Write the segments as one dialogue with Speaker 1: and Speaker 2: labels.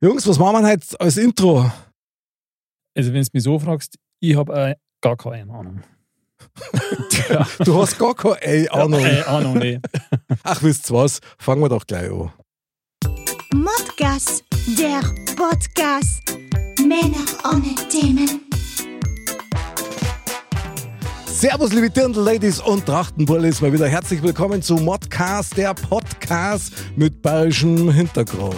Speaker 1: Jungs, was machen wir heute als Intro?
Speaker 2: Also, wenn du mich so fragst, ich habe gar keine Ahnung.
Speaker 1: Du hast gar keine ey, Ahnung.
Speaker 2: Keine Ahnung, nee.
Speaker 1: Ach, wisst ihr was? Fangen wir doch gleich an.
Speaker 3: Modcast, der Podcast. Männer ohne Themen.
Speaker 1: Servus, liebe Dirndl Ladies und Trachtenbullis, mal wieder herzlich willkommen zu Modcast, der Podcast mit bayerischem Hintergrund.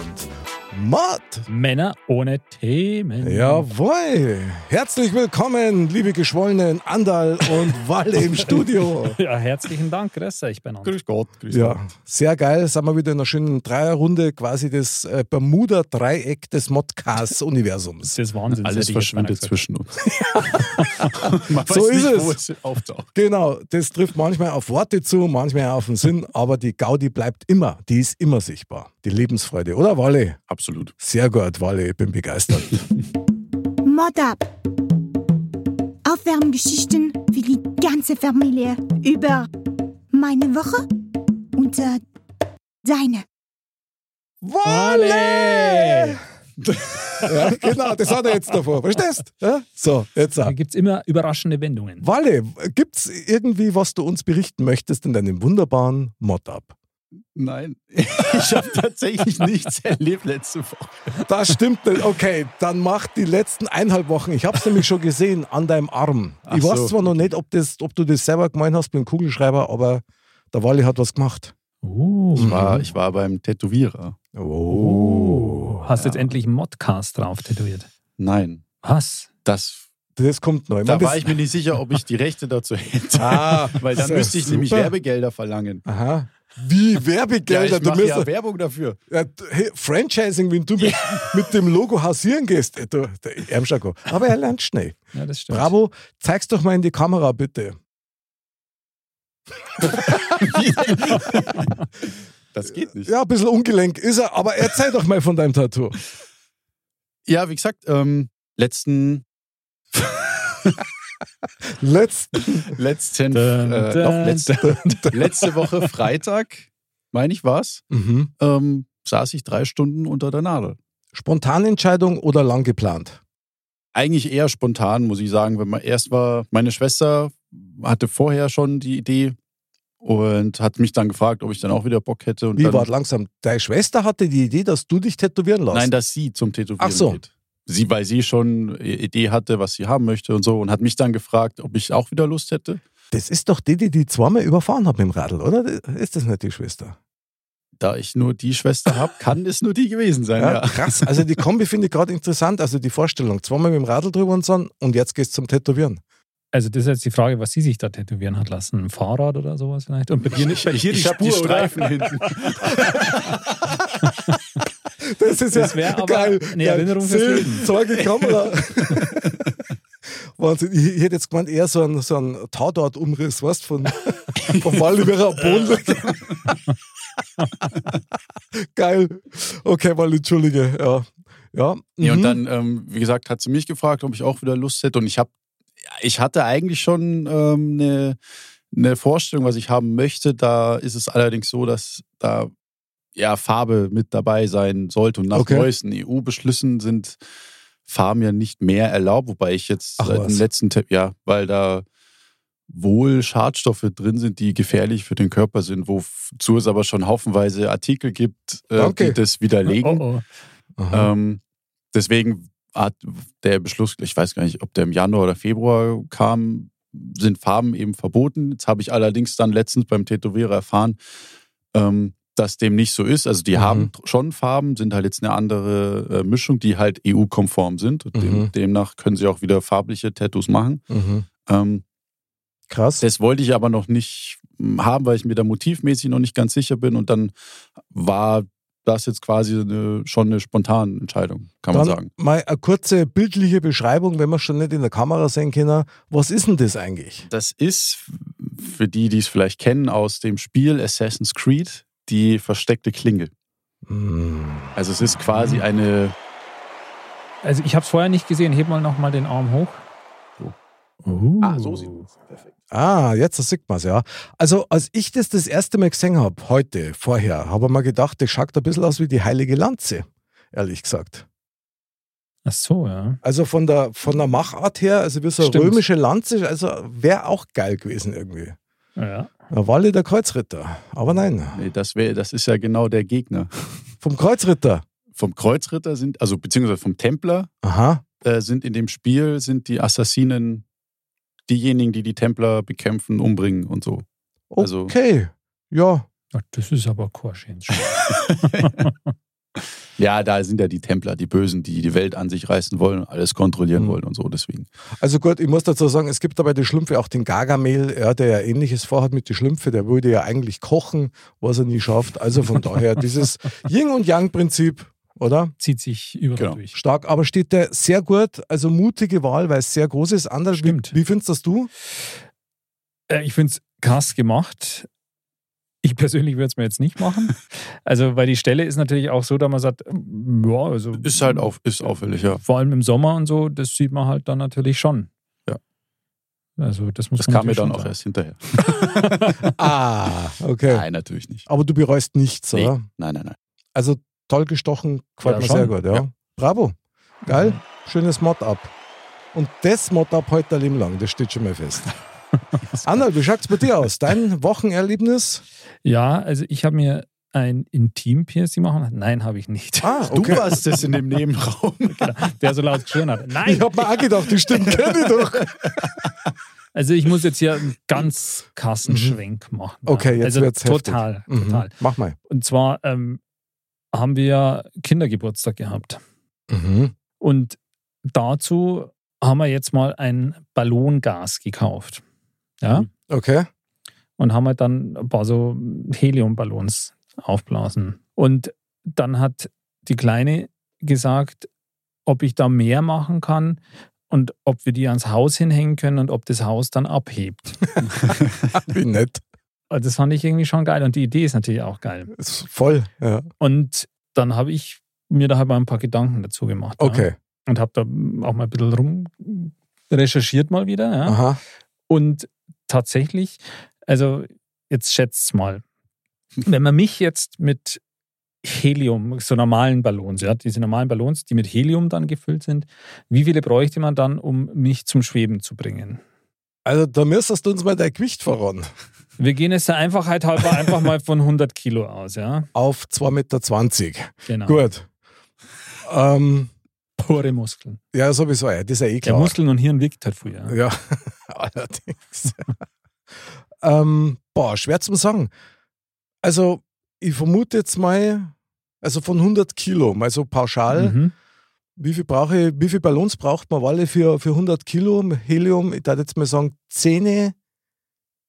Speaker 1: Mod!
Speaker 2: Männer ohne Themen.
Speaker 1: Jawohl! Herzlich willkommen, liebe Geschwollenen Andal und Walle im Studio.
Speaker 2: Ja, herzlichen Dank, grüß euch beieinander.
Speaker 4: Grüß Gott, grüß
Speaker 1: Ja, sehr geil. Sind wir wieder in einer schönen Dreierrunde, quasi das äh, Bermuda-Dreieck des Modcast-Universums.
Speaker 2: Das ist Wahnsinn.
Speaker 4: Gott. Alles
Speaker 2: hätte ich jetzt beinahe
Speaker 4: verschwindet
Speaker 2: gesagt.
Speaker 4: zwischen uns. Man
Speaker 1: So
Speaker 4: weiß
Speaker 1: ist
Speaker 4: nicht,
Speaker 1: es.
Speaker 4: Wo es auftaucht.
Speaker 1: Genau, das trifft manchmal auf Worte zu, manchmal auf den Sinn, aber die Gaudi bleibt immer, die ist immer sichtbar. Die Lebensfreude, oder Walle?
Speaker 4: Absolut.
Speaker 1: Sehr gut, Walle, ich bin begeistert.
Speaker 3: Mod ab. Aufwärmgeschichten für die ganze Familie über meine Woche und äh, deine.
Speaker 2: Ole!
Speaker 1: ja, genau, das hat er jetzt davor, verstehst? Ja? So, jetzt
Speaker 2: Da
Speaker 1: auch.
Speaker 2: gibt es immer überraschende Wendungen.
Speaker 1: Walle, gibt's irgendwie, was du uns berichten möchtest in deinem wunderbaren Mod-Up?
Speaker 4: Nein, ich habe tatsächlich nichts erlebt letzte Woche.
Speaker 1: Das stimmt nicht. Okay, dann mach die letzten eineinhalb Wochen. Ich habe es nämlich schon gesehen an deinem Arm. ich
Speaker 4: Ach
Speaker 1: weiß
Speaker 4: so.
Speaker 1: zwar noch nicht, ob, das, ob du das selber gemeint hast mit dem Kugelschreiber, aber der Wally hat was gemacht.
Speaker 2: Oh.
Speaker 1: Mhm.
Speaker 4: War, ich war beim Tätowierer.
Speaker 2: oh. Hast
Speaker 4: Ja.
Speaker 2: jetzt endlich Modcast drauf tätowiert.
Speaker 4: Nein,
Speaker 2: Was?
Speaker 4: das,
Speaker 1: Das kommt neu. Ich
Speaker 4: da
Speaker 1: mein,
Speaker 4: war
Speaker 1: das-
Speaker 4: ich mir nicht sicher, ob ich die Rechte dazu hätte.
Speaker 1: ah,
Speaker 4: Weil dann
Speaker 1: das
Speaker 4: müsste ich
Speaker 1: ist
Speaker 4: nämlich
Speaker 1: super.
Speaker 4: Werbegelder verlangen.
Speaker 1: Aha. Wie Werbegelder?
Speaker 4: ja, ich
Speaker 1: du
Speaker 4: mache
Speaker 1: musst
Speaker 4: ja Werbung dafür.
Speaker 1: ja, d- hey, Franchising, wenn du mit, mit dem Logo hausieren gehst. Äh, Du, der Ärmschako. Aber er lernt schnell.
Speaker 2: Ja, das stimmt.
Speaker 1: Bravo, zeig's doch mal in die Kamera, bitte.
Speaker 4: Das geht nicht.
Speaker 1: Ja, ein bisschen ungelenk ist er, aber erzähl doch mal von deinem Tattoo.
Speaker 4: Ja, wie gesagt, ähm, letzten,
Speaker 1: Letzt
Speaker 4: letzten,
Speaker 2: Dun,
Speaker 4: äh,
Speaker 2: dun,
Speaker 4: doch, letzte,
Speaker 2: dun.
Speaker 4: letzte Woche Freitag, meine ich war's,
Speaker 1: mhm.
Speaker 4: ähm, saß ich drei Stunden unter der Nadel.
Speaker 1: Spontanentscheidung oder lang geplant?
Speaker 4: eigentlich eher spontan, muss ich sagen, wenn man erst war, meine Schwester hatte vorher schon die Idee und hat mich dann gefragt, ob ich dann auch wieder Bock hätte. Und
Speaker 1: Wie
Speaker 4: dann,
Speaker 1: war langsam? Deine Schwester hatte die Idee, dass du dich tätowieren lässt.
Speaker 4: Nein, dass sie zum Tätowieren
Speaker 1: Ach so.
Speaker 4: geht. Sie, weil sie schon eine Idee hatte, was sie haben möchte und so und hat mich dann gefragt, ob ich auch wieder Lust hätte.
Speaker 1: das ist doch die, die die zweimal überfahren hat mit dem Radl, oder? Ist das nicht die Schwester?
Speaker 4: Da ich nur die Schwester habe, kann es nur die gewesen sein.
Speaker 1: Ja,
Speaker 4: Ja.
Speaker 1: Krass. Also die Kombi finde ich gerade interessant. Also die Vorstellung, zweimal mit dem Radl drüber und so und jetzt gehst du zum Tätowieren.
Speaker 2: Also, das ist jetzt die Frage, was sie sich da tätowieren hat lassen. Ein Fahrrad oder sowas vielleicht? Und bei dir nicht?
Speaker 4: Ich, ich habe die Streifen hinten.
Speaker 1: Das ist
Speaker 2: Das wär aber eine Erinnerung fürs
Speaker 1: Sehen,
Speaker 2: Leben.
Speaker 1: Zeuge, Kamera. Wahnsinn, ich ich hätte jetzt gemeint, eher so ein, so ein Tatort-Umriss, weißt du, von, von Waldemar Boden. Geil. Okay, mal entschuldige. Ja. Ja, mhm.
Speaker 4: Ja, und dann, ähm, wie gesagt, hat sie mich gefragt, ob ich auch wieder Lust hätte. Und ich habe, ich hatte eigentlich schon ähm, eine, eine Vorstellung, was ich haben möchte. Da ist es allerdings so, dass da ja Farbe mit dabei sein sollte. Und nach
Speaker 1: Okay.
Speaker 4: neuesten EU-Beschlüssen sind Farben ja nicht mehr erlaubt, wobei ich jetzt
Speaker 1: Ach,
Speaker 4: seit dem
Speaker 1: was.
Speaker 4: letzten Tipp, ja, weil da wohl Schadstoffe drin sind, die gefährlich für den Körper sind, wozu es aber schon haufenweise Artikel gibt, äh,
Speaker 1: Danke.
Speaker 4: die das widerlegen.
Speaker 2: Oh, oh.
Speaker 1: Aha.
Speaker 4: Ähm, deswegen hat der Beschluss, ich weiß gar nicht, ob der im Januar oder Februar kam, sind Farben eben verboten. Jetzt habe ich allerdings dann letztens beim Tätowierer erfahren, ähm, dass dem nicht so ist. Also die
Speaker 1: Mhm.
Speaker 4: haben tr- schon Farben, sind halt jetzt eine andere äh, Mischung, die halt EU-konform sind. Und dem,
Speaker 1: Mhm.
Speaker 4: Demnach können sie auch wieder farbliche Tattoos machen.
Speaker 1: mhm.
Speaker 4: Ähm,
Speaker 1: Krass.
Speaker 4: das wollte ich aber noch nicht mm, haben, weil ich mir da motivmäßig noch nicht ganz sicher bin. Und dann war das jetzt quasi eine, schon eine spontane Entscheidung, kann man
Speaker 1: Dann
Speaker 4: sagen.
Speaker 1: mal eine kurze bildliche Beschreibung, wenn wir schon nicht in der Kamera sehen können. Was ist denn das eigentlich?
Speaker 4: Das ist, für die, die es vielleicht kennen, aus dem Spiel Assassin's Creed die versteckte Klinge.
Speaker 1: Mhm.
Speaker 4: Also es ist quasi eine,
Speaker 2: Also, ich habe es vorher nicht gesehen. Heb mal nochmal den Arm hoch.
Speaker 4: So.
Speaker 2: Oh.
Speaker 4: Ah, so sieht man's. Perfekt.
Speaker 1: Ah, jetzt sieht man es, ja. Also, als ich das das erste Mal gesehen habe, heute, vorher, habe ich mir gedacht, das schaut ein bisschen aus wie die Heilige Lanze, ehrlich gesagt.
Speaker 2: Ach so, ja.
Speaker 1: Also von der, von der Machart her, also wie so eine
Speaker 2: Stimmt.
Speaker 1: römische Lanze, also wäre auch geil gewesen irgendwie.
Speaker 2: ja.
Speaker 1: Eine Walle der Kreuzritter. Aber nein,
Speaker 4: Nee, das, wär, das ist ja genau der Gegner.
Speaker 1: vom Kreuzritter.
Speaker 4: Vom Kreuzritter sind, also beziehungsweise vom Templer
Speaker 1: Aha.
Speaker 4: äh, sind in dem Spiel sind die Assassinen diejenigen, die die Templer bekämpfen, umbringen und so. Also-
Speaker 1: Okay. Ja.
Speaker 2: Ach, Ah, Das ist aber kein schönes Spiel.
Speaker 4: Ja, da sind ja die Templer, die Bösen, die die Welt an sich reißen wollen und alles kontrollieren
Speaker 1: Mhm.
Speaker 4: wollen und so. Deswegen.
Speaker 1: Also gut, ich muss dazu sagen, es gibt dabei die Schlümpfe auch den Gargamel, ja, der ja ähnliches vorhat mit den Schlümpfe, der würde ja eigentlich kochen, was er nie schafft. Also von daher dieses Yin- und Yang-Prinzip, oder?
Speaker 2: Zieht sich überall
Speaker 4: Genau.
Speaker 2: durch.
Speaker 1: Stark, aber steht der sehr gut, also mutige Wahl, weil es sehr groß ist. Anders,
Speaker 2: Stimmt.
Speaker 1: wie, wie findest das du?
Speaker 2: Äh, ich finde es krass gemacht. Ich persönlich würde es mir jetzt nicht machen. Also, weil die Stelle ist natürlich auch so, dass man sagt, ähm, ja, also.
Speaker 4: Ist halt auf, ist auffällig, ja.
Speaker 2: Vor allem im Sommer und so, das sieht man halt dann natürlich schon.
Speaker 4: Ja.
Speaker 2: Also, das muss
Speaker 4: Das
Speaker 2: man
Speaker 4: kam mir
Speaker 2: natürlich
Speaker 4: dann
Speaker 2: schon
Speaker 4: auch
Speaker 2: sagen.
Speaker 4: erst hinterher.
Speaker 1: Ah, okay.
Speaker 4: Nein, natürlich nicht.
Speaker 1: Aber du bereust nichts,
Speaker 4: Nee.
Speaker 1: oder?
Speaker 4: Nein, nein, nein.
Speaker 1: Also toll gestochen, gefällt
Speaker 2: Ja,
Speaker 1: mir
Speaker 2: schon.
Speaker 1: sehr gut, ja.
Speaker 4: Ja.
Speaker 1: Bravo. Geil. Schönes Mod-Up. Und das Mod-Up heute dein Leben lang, das steht schon mal fest. Arnold, wie schaut's bei dir aus? Dein Wochenerlebnis?
Speaker 2: Ja, also ich habe mir ein Intim-Piercing machen. lassen. Nein, habe ich nicht.
Speaker 1: Ah,
Speaker 4: Du
Speaker 1: okay.
Speaker 4: warst es in dem Nebenraum.
Speaker 2: Der so laut geschrien hat. Nein!
Speaker 1: Ich hab mir auch gedacht, die Stimmen kenne ich doch.
Speaker 2: Also ich muss jetzt hier einen ganz krassen
Speaker 1: Mhm.
Speaker 2: Schwenk machen.
Speaker 1: Okay, jetzt
Speaker 2: also
Speaker 1: wird's heftig.
Speaker 2: total, total.
Speaker 1: Mhm. Mach mal.
Speaker 2: Und zwar ähm, haben wir Kindergeburtstag gehabt.
Speaker 1: Mhm.
Speaker 2: Und dazu haben wir jetzt mal ein Ballongas gekauft. Ja.
Speaker 4: Mhm.
Speaker 1: Okay.
Speaker 2: Und haben halt dann ein paar so Heliumballons aufblasen. Und dann hat die Kleine gesagt, ob ich da mehr machen kann und ob wir die ans Haus hinhängen können und ob das Haus dann abhebt.
Speaker 1: Wie nett.
Speaker 2: Und Das fand ich irgendwie schon geil. Und die Idee ist natürlich auch geil.
Speaker 1: Ist voll. Ja.
Speaker 2: Und dann habe ich mir da halt mal ein paar Gedanken dazu gemacht. Ja.
Speaker 1: Okay.
Speaker 2: Und habe da auch mal ein bisschen rum recherchiert mal wieder. Ja.
Speaker 1: Aha.
Speaker 2: Und tatsächlich, also jetzt schätzt mal, wenn man mich jetzt mit Helium, so normalen Ballons, ja, diese normalen Ballons, die mit Helium dann gefüllt sind, wie viele bräuchte man dann, um mich zum Schweben zu bringen?
Speaker 1: Also da müsstest du uns mal dein Gewicht voran.
Speaker 2: Wir gehen jetzt der Einfachheit halber einfach mal von 100 Kilo aus, ja?
Speaker 1: Auf 2,20 Meter.
Speaker 2: Genau.
Speaker 1: Gut. Ähm,
Speaker 2: Pure Muskeln.
Speaker 1: ja, sowieso. Ja, das ist ja eh
Speaker 2: Der
Speaker 1: klar.
Speaker 2: Muskeln und Hirn wirkt halt früher.
Speaker 1: Ja, allerdings. ähm, boah, schwer zum sagen. Also, ich vermute jetzt mal, also von 100 Kilo, mal so pauschal,
Speaker 2: Mhm.
Speaker 1: wie viel brauche ich, wie viel Ballons braucht man Walle für, für 100 Kilo Helium? Ich würde jetzt mal sagen, 10,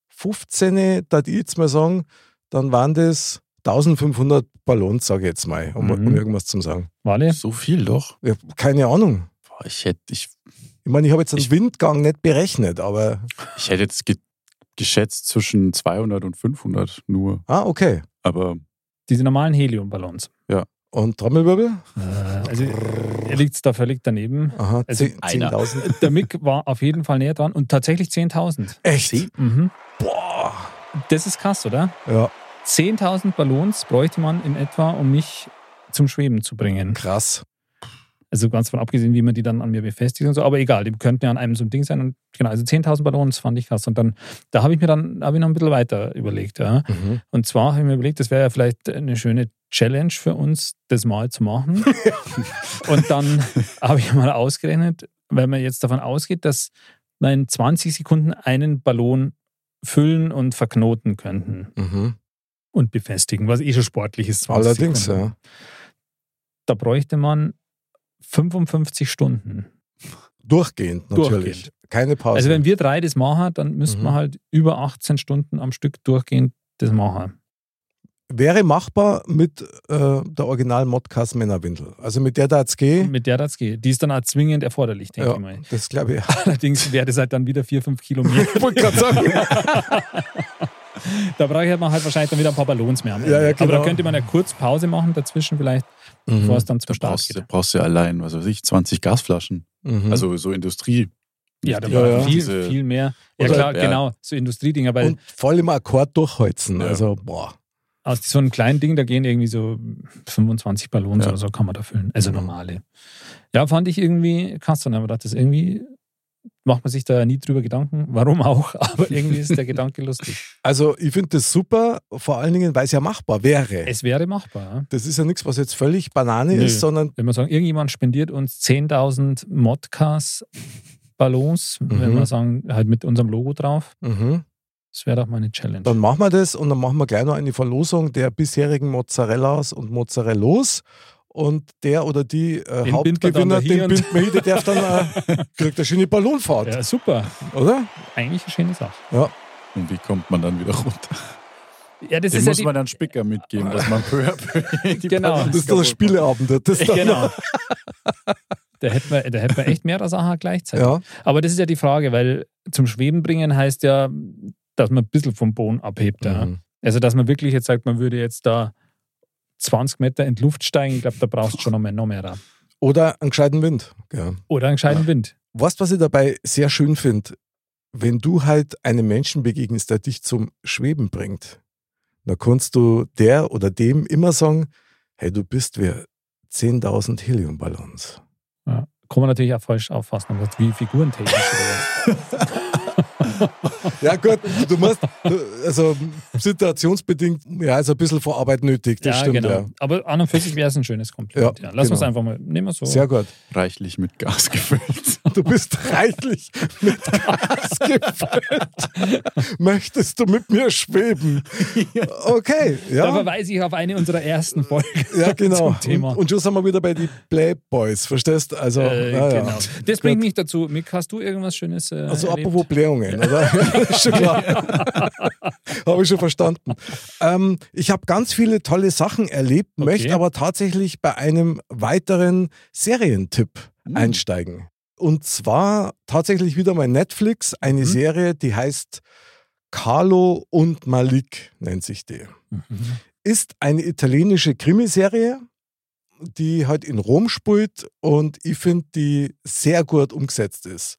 Speaker 1: 15, da ich jetzt mal sagen, dann waren das 1500 Ballons, sage ich jetzt mal, um,
Speaker 2: Mhm.
Speaker 1: um irgendwas zu sagen.
Speaker 2: Wale?
Speaker 4: So viel doch.
Speaker 1: Ich hab keine Ahnung.
Speaker 4: Boah, ich hätte, ich,
Speaker 1: Ich meine, ich habe jetzt den
Speaker 4: Ich-
Speaker 1: Windgang nicht berechnet, aber.
Speaker 4: ich hätte jetzt ge geschätzt zwischen 200 und 500 nur.
Speaker 1: Ah, okay.
Speaker 4: Aber
Speaker 2: Diese normalen Heliumballons.
Speaker 1: Und Trommelwirbel?
Speaker 2: Also er liegt da völlig daneben.
Speaker 1: Aha,
Speaker 2: Also
Speaker 1: zehn-
Speaker 4: einer.
Speaker 1: 10.000.
Speaker 2: Der Mick war auf jeden Fall näher dran und tatsächlich 10.000.
Speaker 1: Echt?
Speaker 2: Mhm.
Speaker 1: Boah.
Speaker 2: Das ist krass, oder?
Speaker 1: Ja,
Speaker 2: 10.000 Ballons bräuchte man in etwa, um mich zum Schweben zu bringen.
Speaker 1: krass.
Speaker 2: Also ganz von abgesehen, wie man die dann an mir befestigt und so. Aber egal, die könnten ja an einem so ein Ding sein. Und genau, also 10.000 Ballons fand ich krass. Und dann, da habe ich mir dann, habe ich noch ein bisschen weiter überlegt. Ja.
Speaker 1: Mhm,
Speaker 2: Und zwar habe ich mir überlegt, das wäre ja vielleicht eine schöne Challenge für uns, das mal zu machen. und dann habe ich mal ausgerechnet, wenn man jetzt davon ausgeht, dass man in 20 Sekunden einen Ballon füllen und verknoten könnten.
Speaker 1: Mhm.
Speaker 2: und befestigen, was eh schon sportlich ist. 20
Speaker 1: Allerdings,
Speaker 2: Sekunden.
Speaker 1: ja.
Speaker 2: Da bräuchte man 55 Stunden.
Speaker 1: Durchgehend natürlich.
Speaker 2: Durchgehend.
Speaker 1: Keine Pause.
Speaker 2: Also wenn wir drei das machen, dann müssten
Speaker 1: Mhm.
Speaker 2: wir halt über 18 Stunden am Stück durchgehend das machen.
Speaker 1: Wäre machbar mit äh, der original modcast männerwindel Also mit der da jetzt gehe.
Speaker 2: Mit der das geht. Die ist dann auch zwingend erforderlich, denke
Speaker 1: Ja,
Speaker 2: ich mal.
Speaker 1: das glaube ich.
Speaker 2: Allerdings wäre das halt dann wieder 4, 5 Kilometer.
Speaker 1: Ich wollte gerade sagen.
Speaker 2: da brauche ich halt, man halt wahrscheinlich dann wieder ein paar Ballons mehr. am Ende.
Speaker 1: Ja, ja,
Speaker 2: Aber
Speaker 1: genau.
Speaker 2: da könnte man ja kurz Pause machen, dazwischen vielleicht, bevor es
Speaker 1: Mhm.
Speaker 2: dann zum
Speaker 4: da
Speaker 2: Start
Speaker 4: brauchst, du-
Speaker 2: geht.
Speaker 4: brauchst du ja allein, was weiß ich, 20 Gasflaschen.
Speaker 1: Mhm.
Speaker 4: Also so Industrie.
Speaker 2: Ja, da
Speaker 1: Ja,
Speaker 2: braucht
Speaker 1: ja.
Speaker 2: man viel,
Speaker 4: Diese-
Speaker 2: viel mehr. Ja
Speaker 4: Oder-
Speaker 2: klar,
Speaker 4: ja.
Speaker 2: genau, so Industriedinger, weil
Speaker 1: Und voll im Akkord durchholzen.
Speaker 4: Ja.
Speaker 1: Also, boah.
Speaker 2: Aus so einem kleinen Ding, da gehen irgendwie so 25 Ballons
Speaker 1: Ja.
Speaker 2: oder so, kann man da füllen. Also normale. Ja, fand ich irgendwie krass. Dann aber das irgendwie macht man sich da nie drüber Gedanken. Warum auch? Aber irgendwie ist der Gedanke lustig.
Speaker 1: Also ich finde das super, vor allen Dingen, weil es ja machbar wäre.
Speaker 2: Es wäre machbar. Ja?
Speaker 1: das ist ja nichts, was jetzt völlig Banane
Speaker 2: Nö.
Speaker 1: ist, sondern
Speaker 2: Wenn man sagen, irgendjemand spendiert uns 10.000 Modcast Ballons, wenn
Speaker 1: Mhm.
Speaker 2: wir sagen, halt mit unserem Logo drauf.
Speaker 1: mhm,
Speaker 2: Das wäre doch mal eine Challenge.
Speaker 1: dann machen wir das und dann machen wir gleich noch eine Verlosung der bisherigen Mozzarellas und Mozzarellos. Und der oder die äh,
Speaker 2: Den bindet man dann
Speaker 1: Hauptgewinner,
Speaker 2: da
Speaker 1: den
Speaker 2: hier und-
Speaker 1: bindet man hier, der darf dann, äh, kriegt eine schöne Ballonfahrt,
Speaker 2: ja, super.
Speaker 1: oder?
Speaker 2: Eigentlich eine schöne Sache.
Speaker 4: Und wie kommt man dann wieder runter?
Speaker 2: Ja, das
Speaker 4: Den
Speaker 2: ist
Speaker 4: muss
Speaker 2: ja
Speaker 4: man dann Spicker mitgeben, dass man peu à peu die
Speaker 2: Genau.
Speaker 4: Ballons
Speaker 1: Das ist doch ein
Speaker 4: kaputt macht.
Speaker 1: Spieleabend. Das ist
Speaker 2: die,
Speaker 1: dann,
Speaker 2: genau. Da hätten wir, da hätten wir echt mehrere Sachen gleichzeitig.
Speaker 1: Ja,
Speaker 2: Aber das ist ja die Frage, weil zum Schweben bringen heißt ja, dass man ein bisschen vom Boden abhebt. Ja.
Speaker 1: Mhm.
Speaker 2: Also, dass man wirklich jetzt sagt, man würde jetzt da 20 Meter in die Luft steigen, ich glaube, da brauchst du schon noch mehr, noch mehr da.
Speaker 1: Oder einen gescheiten Wind. Ja.
Speaker 2: Oder einen gescheiten Wind.
Speaker 1: Weißt was ich dabei sehr schön finde? Wenn du halt einem Menschen begegnest, der dich zum Schweben bringt, dann kannst du der oder dem immer sagen, hey, du bist wer 10.000 Heliumballons.
Speaker 2: Ja. Kann man natürlich auch falsch auffassen, aber wie figurentechnisch. oder
Speaker 1: Ja gut, du musst, du- also situationsbedingt, ja, ist ein bisschen Vorarbeit nötig,
Speaker 2: was.
Speaker 1: das stimmt ja.
Speaker 2: genau. Aber an und für sich wäre es ein schönes Kompliment.
Speaker 1: Ja,
Speaker 2: Ja, Lass uns
Speaker 1: genau.
Speaker 2: einfach mal, nehmen wir so.
Speaker 1: Sehr gut.
Speaker 4: Reichlich mit Gas gefüllt.
Speaker 1: Du bist reichlich mit Gas gefüllt. Möchtest du mit mir schweben? Okay, ja.
Speaker 2: Da verweise ich auf eine unserer ersten Folgen.
Speaker 1: Ja, genau.
Speaker 2: Zum Thema.
Speaker 1: Und, und schon sind wir wieder bei den Playboys, verstehst? Also,
Speaker 2: Äh,
Speaker 1: naja.
Speaker 2: genau. Das bringt mich dazu. Mick, hast du irgendwas Schönes äh,
Speaker 1: Also
Speaker 2: erlebt?
Speaker 1: apropos Blähungen, oder? schon klar. habe ich schon verstanden. Ähm, ich habe ganz viele tolle Sachen erlebt,
Speaker 2: Okay.
Speaker 1: möchte aber tatsächlich bei einem weiteren Serientipp
Speaker 4: Hm.
Speaker 1: einsteigen. Und zwar tatsächlich wieder mal Netflix, eine
Speaker 2: Mhm.
Speaker 1: Serie, die heißt Carlo und Malik, nennt sich die.
Speaker 2: Mhm.
Speaker 1: ist eine italienische Krimiserie, die halt in Rom spielt und ich finde, die sehr gut umgesetzt ist.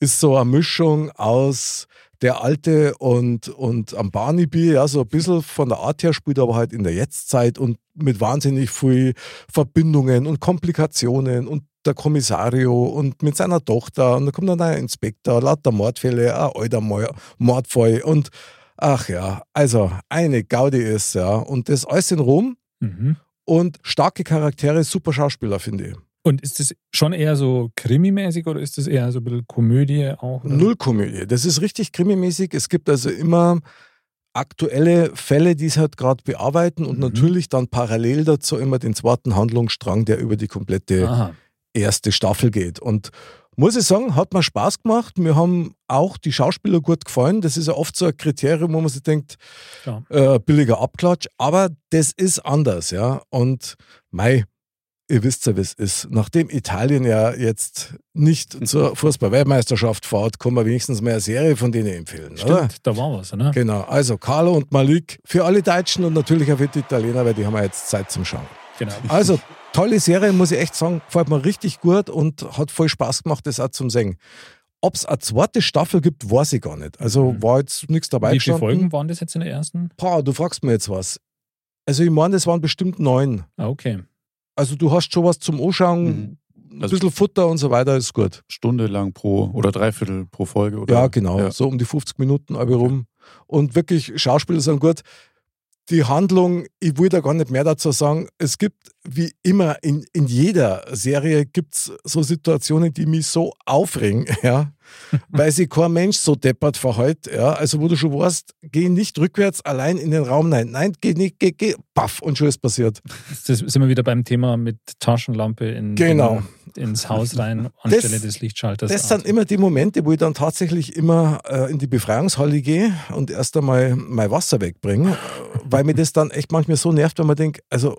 Speaker 1: Ist so eine Mischung aus der alte und, und am Barnaby, ja, so ein bisschen von der Art her spielt, aber halt in der Jetztzeit und mit wahnsinnig viel Verbindungen und Komplikationen und der Kommissario und mit seiner Tochter und da kommt dann ein Inspektor, lauter Mordfälle, ein alter Mo- Mordfall und Ach ja, also eine Gaudi ist, ja. Und das alles in Rom
Speaker 2: Mhm.
Speaker 1: und starke Charaktere, super Schauspieler, finde ich.
Speaker 2: Und ist das schon eher so krimimäßig oder ist das eher so ein bisschen Komödie auch? oder?
Speaker 1: Null Komödie. Das ist richtig krimimäßig. Es gibt also immer aktuelle Fälle, die es halt gerade bearbeiten und
Speaker 2: Mhm.
Speaker 1: natürlich dann parallel dazu immer den zweiten Handlungsstrang, der über die komplette
Speaker 2: Aha.
Speaker 1: erste Staffel geht. Und muss ich sagen, hat mir Spaß gemacht. Mir haben auch die Schauspieler gut gefallen. Das ist ja oft so ein Kriterium, wo man sich denkt,
Speaker 2: Ja.
Speaker 1: äh, billiger Abklatsch. Aber das ist anders, ja. Und mei, ihr wisst ja, wie es ist. Nachdem Italien ja jetzt nicht zur Fußball-Weltmeisterschaft fährt, kann man wenigstens mal eine Serie von denen empfehlen,
Speaker 2: Stimmt,
Speaker 1: oder?
Speaker 2: da war was, ne?
Speaker 1: Genau, also Carlo und Malik für alle Deutschen und natürlich auch für die Italiener, weil die haben ja jetzt Zeit zum Schauen.
Speaker 2: Genau.
Speaker 1: Also, tolle Serie, muss ich echt sagen. Gefällt mir richtig gut und hat voll Spaß gemacht, das auch zum Singen. Ob es eine zweite Staffel gibt, weiß ich gar nicht. Also
Speaker 2: Mhm.
Speaker 1: war jetzt nichts dabei.
Speaker 2: Wie viele
Speaker 1: gestanden.
Speaker 2: Folgen waren das jetzt in der ersten?
Speaker 1: Pah, du fragst mir jetzt was. Also, ich meine, das waren bestimmt neun.
Speaker 2: Ah, okay.
Speaker 1: Also, du hast schon was zum
Speaker 2: Mhm.
Speaker 1: Anschauen. Ein
Speaker 4: Also-
Speaker 1: bisschen Futter und so weiter ist gut.
Speaker 4: Stunde lang pro oder dreiviertel pro Folge oder
Speaker 1: Ja, genau.
Speaker 4: Ja.
Speaker 1: So um die 50 Minuten aber rum. Und wirklich, Schauspieler sind gut. Die Handlung, ich will da gar nicht mehr dazu sagen. Es gibt, wie immer, in, in jeder Serie gibt's so Situationen, die mich so aufregen, ja, weil sich kein Mensch so deppert verhält, ja. Also, wo du schon weißt, geh nicht rückwärts allein in den Raum rein. Nein, geh nicht, geh, geh, paff, und schon ist passiert.
Speaker 2: Ist Das sind wir wieder beim Thema mit Taschenlampe in,
Speaker 1: Genau.
Speaker 2: in, ins Haus rein anstelle des Lichtschalters.
Speaker 1: Das sind immer die Momente, wo ich dann tatsächlich immer äh, in die Befreiungshalle gehe und erst einmal mein Wasser wegbringe, äh, weil mir das dann echt manchmal so nervt, wenn man denkt, also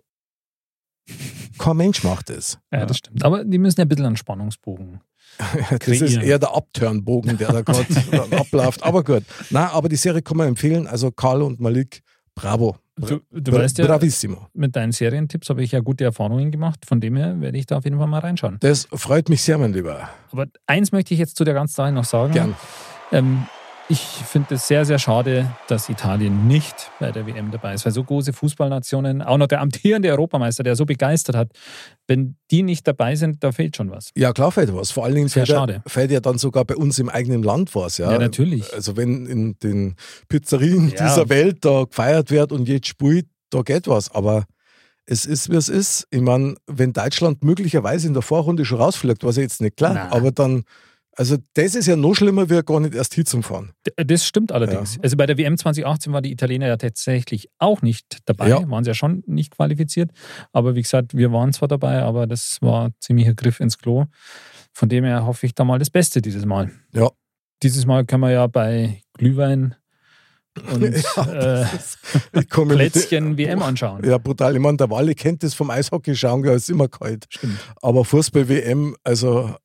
Speaker 1: kein Mensch macht das.
Speaker 2: Ja, das stimmt. Aber die müssen ja ein bisschen einen Spannungsbogen.
Speaker 1: Das ist
Speaker 2: Kreieren.
Speaker 1: eher der Abturnbogen, der da gerade dann abläuft. Aber gut. Na, aber die Serie kann man empfehlen. Also Karl und Malik, bravo.
Speaker 2: Du, du
Speaker 1: Bra-
Speaker 2: weißt ja,
Speaker 1: Bravissimo.
Speaker 2: mit deinen Serientipps habe ich ja gute Erfahrungen gemacht. Von dem her werde ich da auf jeden Fall mal reinschauen.
Speaker 1: Das freut mich sehr, mein Lieber.
Speaker 2: Mhm. Aber eins möchte ich jetzt zu der ganzen Sache noch sagen.
Speaker 1: Gern.
Speaker 2: Ähm, Ich finde es sehr, sehr schade, dass Italien nicht bei der WM dabei ist, weil so große Fußballnationen, auch noch der amtierende Europameister, der so begeistert hat, wenn die nicht dabei sind, da fehlt schon was.
Speaker 1: Ja, klar fällt was. Vor allen Dingen
Speaker 2: Sehr
Speaker 1: fällt ja,
Speaker 2: schade.
Speaker 1: fällt ja dann sogar bei uns im eigenen Land was. Ja,
Speaker 2: Ja, natürlich.
Speaker 1: Also wenn in den Pizzerien
Speaker 2: Ja.
Speaker 1: dieser Welt da gefeiert wird und jetzt spielt, da geht was. Aber es ist, wie es ist. Ich meine, wenn Deutschland möglicherweise in der Vorrunde schon rausfliegt, was ja jetzt nicht klar,
Speaker 2: Na.
Speaker 1: aber dann, also das ist ja noch schlimmer, wie gar nicht erst hinzufahren.
Speaker 2: D- äh, Das stimmt allerdings. Also bei der WM 2018 waren die Italiener ja tatsächlich auch nicht dabei,
Speaker 1: Ja.
Speaker 2: waren sie ja schon nicht qualifiziert. Aber wie gesagt, wir waren zwar dabei, aber das war ziemlicher Griff ins Klo. Von dem her hoffe ich da mal das Beste dieses Mal.
Speaker 1: Ja.
Speaker 2: Dieses Mal können wir ja bei Glühwein und äh,
Speaker 1: Ich komme mit-
Speaker 2: Plätzchen WM anschauen.
Speaker 1: Ja, brutal. Ich meine, der Walle kennt das vom Eishockey schauen, da ist immer kalt.
Speaker 2: Stimmt.
Speaker 1: Aber Fußball-WM, also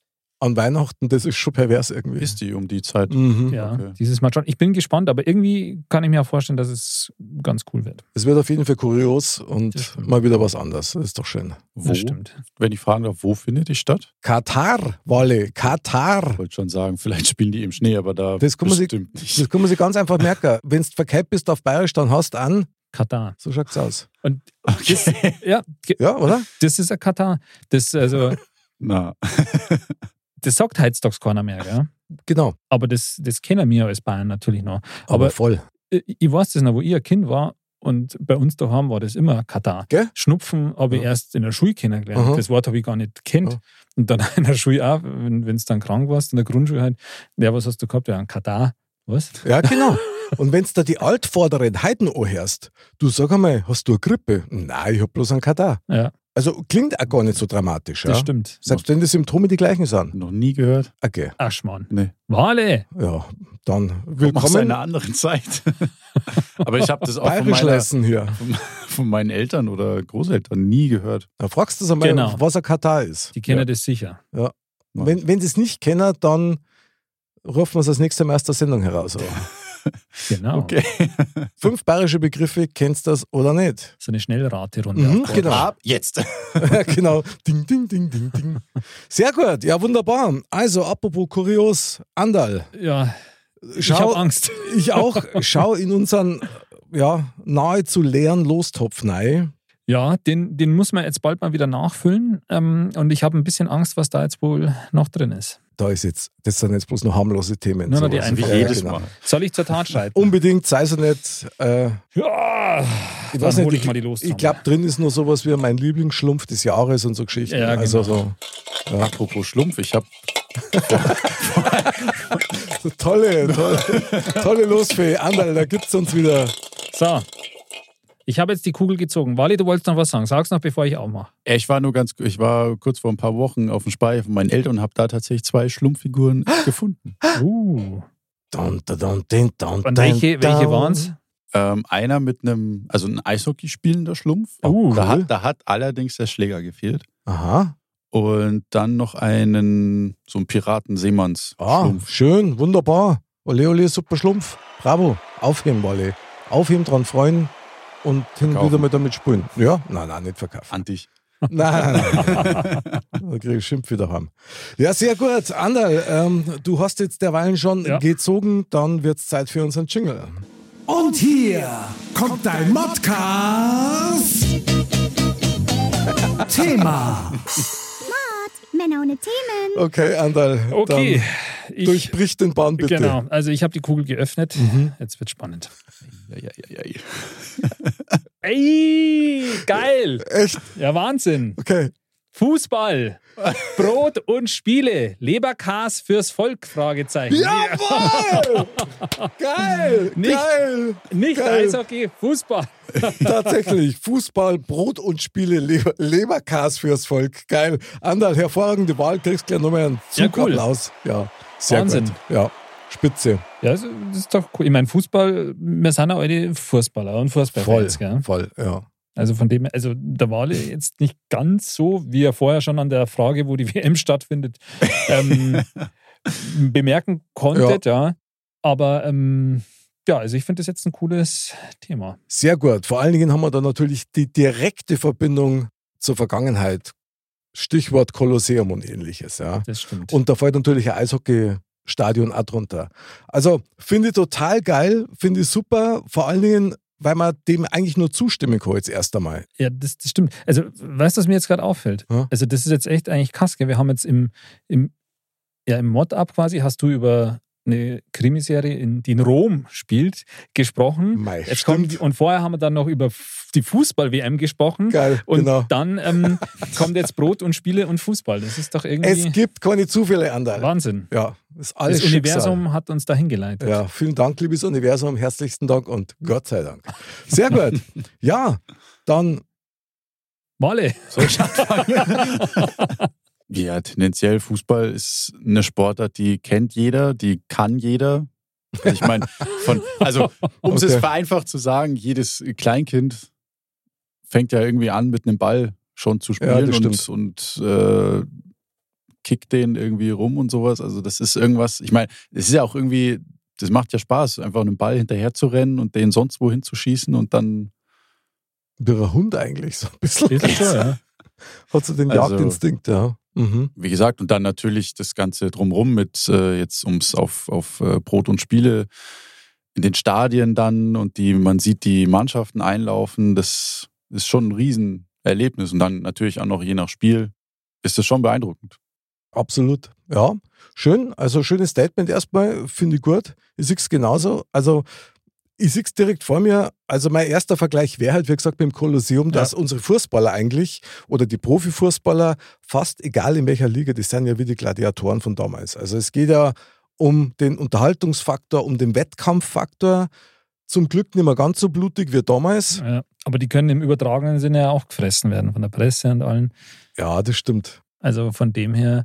Speaker 1: an Weihnachten, das ist schon pervers irgendwie.
Speaker 4: Ist die um die Zeit?
Speaker 1: Mhm.
Speaker 2: Ja,
Speaker 4: Okay.
Speaker 2: dieses Mal schon. Ich bin gespannt, aber irgendwie kann ich mir auch vorstellen, dass es ganz cool wird.
Speaker 1: Es wird auf jeden Fall kurios
Speaker 2: Das
Speaker 1: und
Speaker 2: stimmt.
Speaker 1: mal wieder was anderes. Das ist doch schön.
Speaker 4: Wo,
Speaker 2: Das stimmt.
Speaker 4: wenn ich fragen darf, wo findet die statt?
Speaker 1: Katar, Walle, Katar.
Speaker 4: Ich wollte schon sagen, vielleicht spielen die im Schnee, aber da
Speaker 1: Das kann man sich-
Speaker 4: bestimmt nicht.
Speaker 1: Das kann man sich ganz einfach merken. Wenn du verkehrt bist auf Bayerisch, dann hast du an.
Speaker 2: Katar.
Speaker 1: So schaut's aus.
Speaker 4: Okay.
Speaker 2: Ja, ge-
Speaker 1: Ja, oder?
Speaker 2: das ist ein Katar. Das, also,
Speaker 4: Na,
Speaker 2: das sagt Heizdogs keiner mehr, gell?
Speaker 1: Genau.
Speaker 2: Aber das, das kennen wir als Bayern natürlich noch.
Speaker 1: Aber,
Speaker 2: Aber-
Speaker 1: voll.
Speaker 2: Ich ich weiß das noch, wo ich ein Kind war und bei uns daheim war das immer Katar.
Speaker 1: Gell?
Speaker 2: Schnupfen habe ich
Speaker 1: Ja.
Speaker 2: erst in der Schule kennengelernt.
Speaker 1: Aha.
Speaker 2: Das Wort habe ich gar nicht kennt.
Speaker 1: Ja.
Speaker 2: Und dann in der Schule auch, wenn du dann krank warst, in der Grundschule halt, ja, was hast du gehabt? Ja, ein Katar. Was?
Speaker 1: Ja, genau. Und wenn du da die altvorderen Heiden anhörst, du sag einmal, hast du eine Grippe? Nein, ich hab bloß einen Katar.
Speaker 2: Ja.
Speaker 1: Also klingt auch gar nicht so dramatisch. Ja?
Speaker 2: Das stimmt.
Speaker 1: Selbst wenn die Symptome die gleichen sind.
Speaker 4: noch nie gehört.
Speaker 1: Okay,
Speaker 2: Aschmann.
Speaker 4: Nee.
Speaker 2: Wale!
Speaker 1: ja, dann
Speaker 4: Aus einer
Speaker 1: willkommen.
Speaker 4: anderen Zeit. aber ich habe das auch von,
Speaker 1: Bayerisch
Speaker 4: meiner,
Speaker 1: leisten hier.
Speaker 4: von meinen Eltern oder Großeltern nie gehört.
Speaker 1: Da fragst du es einmal,
Speaker 2: Genau.
Speaker 1: was ein Katar ist.
Speaker 2: Die kennen
Speaker 4: Ja.
Speaker 2: das sicher.
Speaker 1: Wenn, wenn sie es nicht kennen, dann rufen wir es das nächste Mal aus der Sendung heraus.
Speaker 2: Genau.
Speaker 4: Okay.
Speaker 1: Fünf bayerische Begriffe, kennst du das oder nicht?
Speaker 2: So eine Schnellrate-Runde.
Speaker 1: Mhm,
Speaker 2: aufbauen.
Speaker 1: genau.
Speaker 4: Ab jetzt.
Speaker 1: genau. Ding, ding, ding, ding, ding. Sehr gut, ja wunderbar. Also, apropos kurios, Andal,
Speaker 2: Ja, ich habe
Speaker 1: schau,
Speaker 2: Angst.
Speaker 1: ich auch, schau in unseren ja, nahezu leeren Lostopf rein.
Speaker 2: Ja, den, den muss man jetzt bald mal wieder nachfüllen. Ähm, und ich habe ein bisschen Angst, was da jetzt wohl noch drin ist.
Speaker 1: Da ist jetzt, das sind jetzt bloß nur harmlose Themen.
Speaker 2: Nur noch die
Speaker 1: Sowas. genau.
Speaker 2: einfachen.
Speaker 4: Wie
Speaker 2: Ja,
Speaker 4: jedes Mal.
Speaker 2: Soll ich zur Tat schreiten?
Speaker 1: Unbedingt, sei es nicht. Äh,
Speaker 2: Ja,
Speaker 1: ich
Speaker 2: dann
Speaker 1: weiß
Speaker 2: hole
Speaker 1: nicht,
Speaker 2: ich mal die los.
Speaker 1: ich glaube, drin ist nur sowas wie mein Lieblingsschlumpf des Jahres und so Geschichten.
Speaker 2: Ja, genau.
Speaker 1: Also so
Speaker 4: Apropos Schlumpf, ich habe
Speaker 1: Tolle, tolle, tolle Losfee. Anderl, da gibt's uns wieder.
Speaker 2: So. Ich habe jetzt die Kugel gezogen. Wally, du wolltest noch was sagen. Sag's noch, bevor ich aufmache.
Speaker 4: Ich war nur ganz, ich war kurz vor ein paar Wochen auf dem Speicher von meinen Eltern und habe da tatsächlich zwei Schlumpffiguren
Speaker 1: Ah!
Speaker 4: gefunden.
Speaker 2: Uh.
Speaker 1: Dun, dun, dun, dun, dun,
Speaker 2: Und welche,
Speaker 1: dun.
Speaker 2: welche waren's?
Speaker 4: Ähm, einer mit einem, also ein Eishockey spielender Schlumpf.
Speaker 1: Oh,
Speaker 2: Uh,
Speaker 4: da,
Speaker 1: Ah, cool.
Speaker 4: hat, da hat allerdings der Schläger gefehlt.
Speaker 1: Aha.
Speaker 4: Und dann noch einen, so einen Piratenseemanns.
Speaker 1: Ah, schön, wunderbar. Ole, ole, super Schlumpf. Bravo. Aufheben, Walle. Aufheben, dran freuen und hin und
Speaker 4: Verkaufen.
Speaker 1: wieder mal damit spielen. Ja, nein, nein, nicht verkaufen.
Speaker 4: An dich.
Speaker 1: Nein, nein, nein. da krieg ich Schimpf wieder heim. Ja, sehr gut. Anderl, ähm, du hast jetzt derweilen schon
Speaker 2: Ja.
Speaker 1: gezogen, dann wird's Zeit für unseren Jingle.
Speaker 5: Und hier kommt dein Modcast. Thema.
Speaker 3: Männer ohne Themen.
Speaker 1: Okay, Anderl.
Speaker 2: Okay.
Speaker 1: Dann
Speaker 2: Ich,
Speaker 1: durchbrich den Bahn bitte.
Speaker 2: Genau. Also, ich habe die Kugel geöffnet.
Speaker 1: Mhm.
Speaker 2: Jetzt wird spannend.
Speaker 4: Ja, ja, ja, ja.
Speaker 2: Ey, geil.
Speaker 1: Echt?
Speaker 2: Ja, Wahnsinn.
Speaker 1: Okay.
Speaker 2: Fußball, Brot und Spiele, Leberkas fürs Volk, Fragezeichen.
Speaker 1: Jawohl! geil!
Speaker 2: Nicht-
Speaker 1: geil!
Speaker 2: Nicht
Speaker 1: Geil.
Speaker 2: Eishockey, Fußball.
Speaker 1: Tatsächlich, Fußball, Brot und Spiele, Leber, Leberkas fürs Volk. Geil. Andal, hervorragende Wahl, kriegst gleich nochmal einen
Speaker 2: Ja, cool.
Speaker 1: Zugapplaus. Ja, sehr
Speaker 2: Wahnsinn.
Speaker 1: gut. Ja, spitze.
Speaker 2: Ja, also, das ist doch cool. Ich meine, Fußball, wir sind ja alle Fußballer und
Speaker 1: Voll,
Speaker 2: Fußballfans, gell?
Speaker 1: voll, ja.
Speaker 2: Also von dem, her- also der Wale jetzt nicht ganz so, wie er vorher schon an der Frage, wo die WM stattfindet, ähm, bemerken konntet, ja. Aber ähm, ja, also ich finde das jetzt ein cooles Thema.
Speaker 1: Sehr gut. Vor allen Dingen haben wir da natürlich die direkte Verbindung zur Vergangenheit. Stichwort Kolosseum und ähnliches, ja.
Speaker 2: Das stimmt.
Speaker 1: Und da fällt natürlich ein Eishockey Stadion auch drunter. Also finde ich total geil, finde ich super, vor allen Dingen, weil man dem eigentlich nur zustimmen kann jetzt erst einmal.
Speaker 2: Ja, das, das stimmt. Also, weißt du, was mir jetzt gerade auffällt?
Speaker 1: Ja.
Speaker 2: Also, das ist jetzt echt eigentlich krass. Gell? Wir haben jetzt im, im, ja, im Mod-Up quasi, hast du über eine Krimiserie, in, die in Rom spielt, gesprochen.
Speaker 1: Mei,
Speaker 2: Jetzt
Speaker 1: stimmt.
Speaker 2: kommt, und vorher haben wir dann noch über f- die Fußball-WM gesprochen.
Speaker 1: Geil,
Speaker 2: Und
Speaker 1: genau.
Speaker 2: dann ähm, kommt jetzt Brot und Spiele und Fußball. Das ist doch
Speaker 1: Es
Speaker 2: irgendwie
Speaker 1: gibt keine Zufälle, Anderl.
Speaker 2: Wahnsinn.
Speaker 1: Ja, ist alles
Speaker 2: Das Universum
Speaker 1: Schicksal.
Speaker 2: hat uns dahin geleitet.
Speaker 1: Ja, vielen Dank, liebes Universum, herzlichsten Dank und Gott sei Dank. Sehr gut. Ja, dann
Speaker 2: Wale.
Speaker 4: Soll ich anfangen? ja, tendenziell Fußball ist eine Sportart, die kennt jeder, die kann jeder. Also ich meine, von, also um es
Speaker 1: Okay.
Speaker 4: vereinfacht zu sagen, jedes Kleinkind fängt ja irgendwie an mit einem Ball schon zu
Speaker 1: Ja,
Speaker 4: spielen
Speaker 1: das
Speaker 4: und, und äh, kickt den irgendwie rum und sowas. Also das ist irgendwas, ich meine, es ist ja auch irgendwie, das macht ja Spaß, einfach einem Ball hinterher zu rennen und den sonst wohin zu schießen und dann
Speaker 1: wirrer Hund eigentlich so ein bisschen.
Speaker 2: Ist das so, ja.
Speaker 1: Hat so den
Speaker 4: Also-
Speaker 1: Jagdinstinkt, ja. Mhm.
Speaker 4: wie gesagt, und dann natürlich das Ganze drumrum mit äh, jetzt ums auf, auf äh, Brot und Spiele in den Stadien dann und die, man sieht die Mannschaften einlaufen, das ist schon ein Riesenerlebnis. Und dann natürlich auch noch je nach Spiel ist das schon beeindruckend.
Speaker 1: Absolut. Ja, schön. Also schönes Statement erstmal, finde ich gut. Ich sehe es genauso. Also ich sehe es direkt vor mir. Also mein erster Vergleich wäre halt, wie gesagt, beim Kolosseum, dass unsere Fußballer eigentlich oder die Profifußballer, fast egal in welcher Liga, die sind ja wie die Gladiatoren von damals. Also es geht ja um den Unterhaltungsfaktor, um den Wettkampffaktor. Zum Glück nicht mehr ganz so blutig wie damals.
Speaker 2: ja. Aber die können im übertragenen Sinne ja auch gefressen werden von der Presse und allen.
Speaker 1: Ja, das stimmt.
Speaker 2: Also von dem her,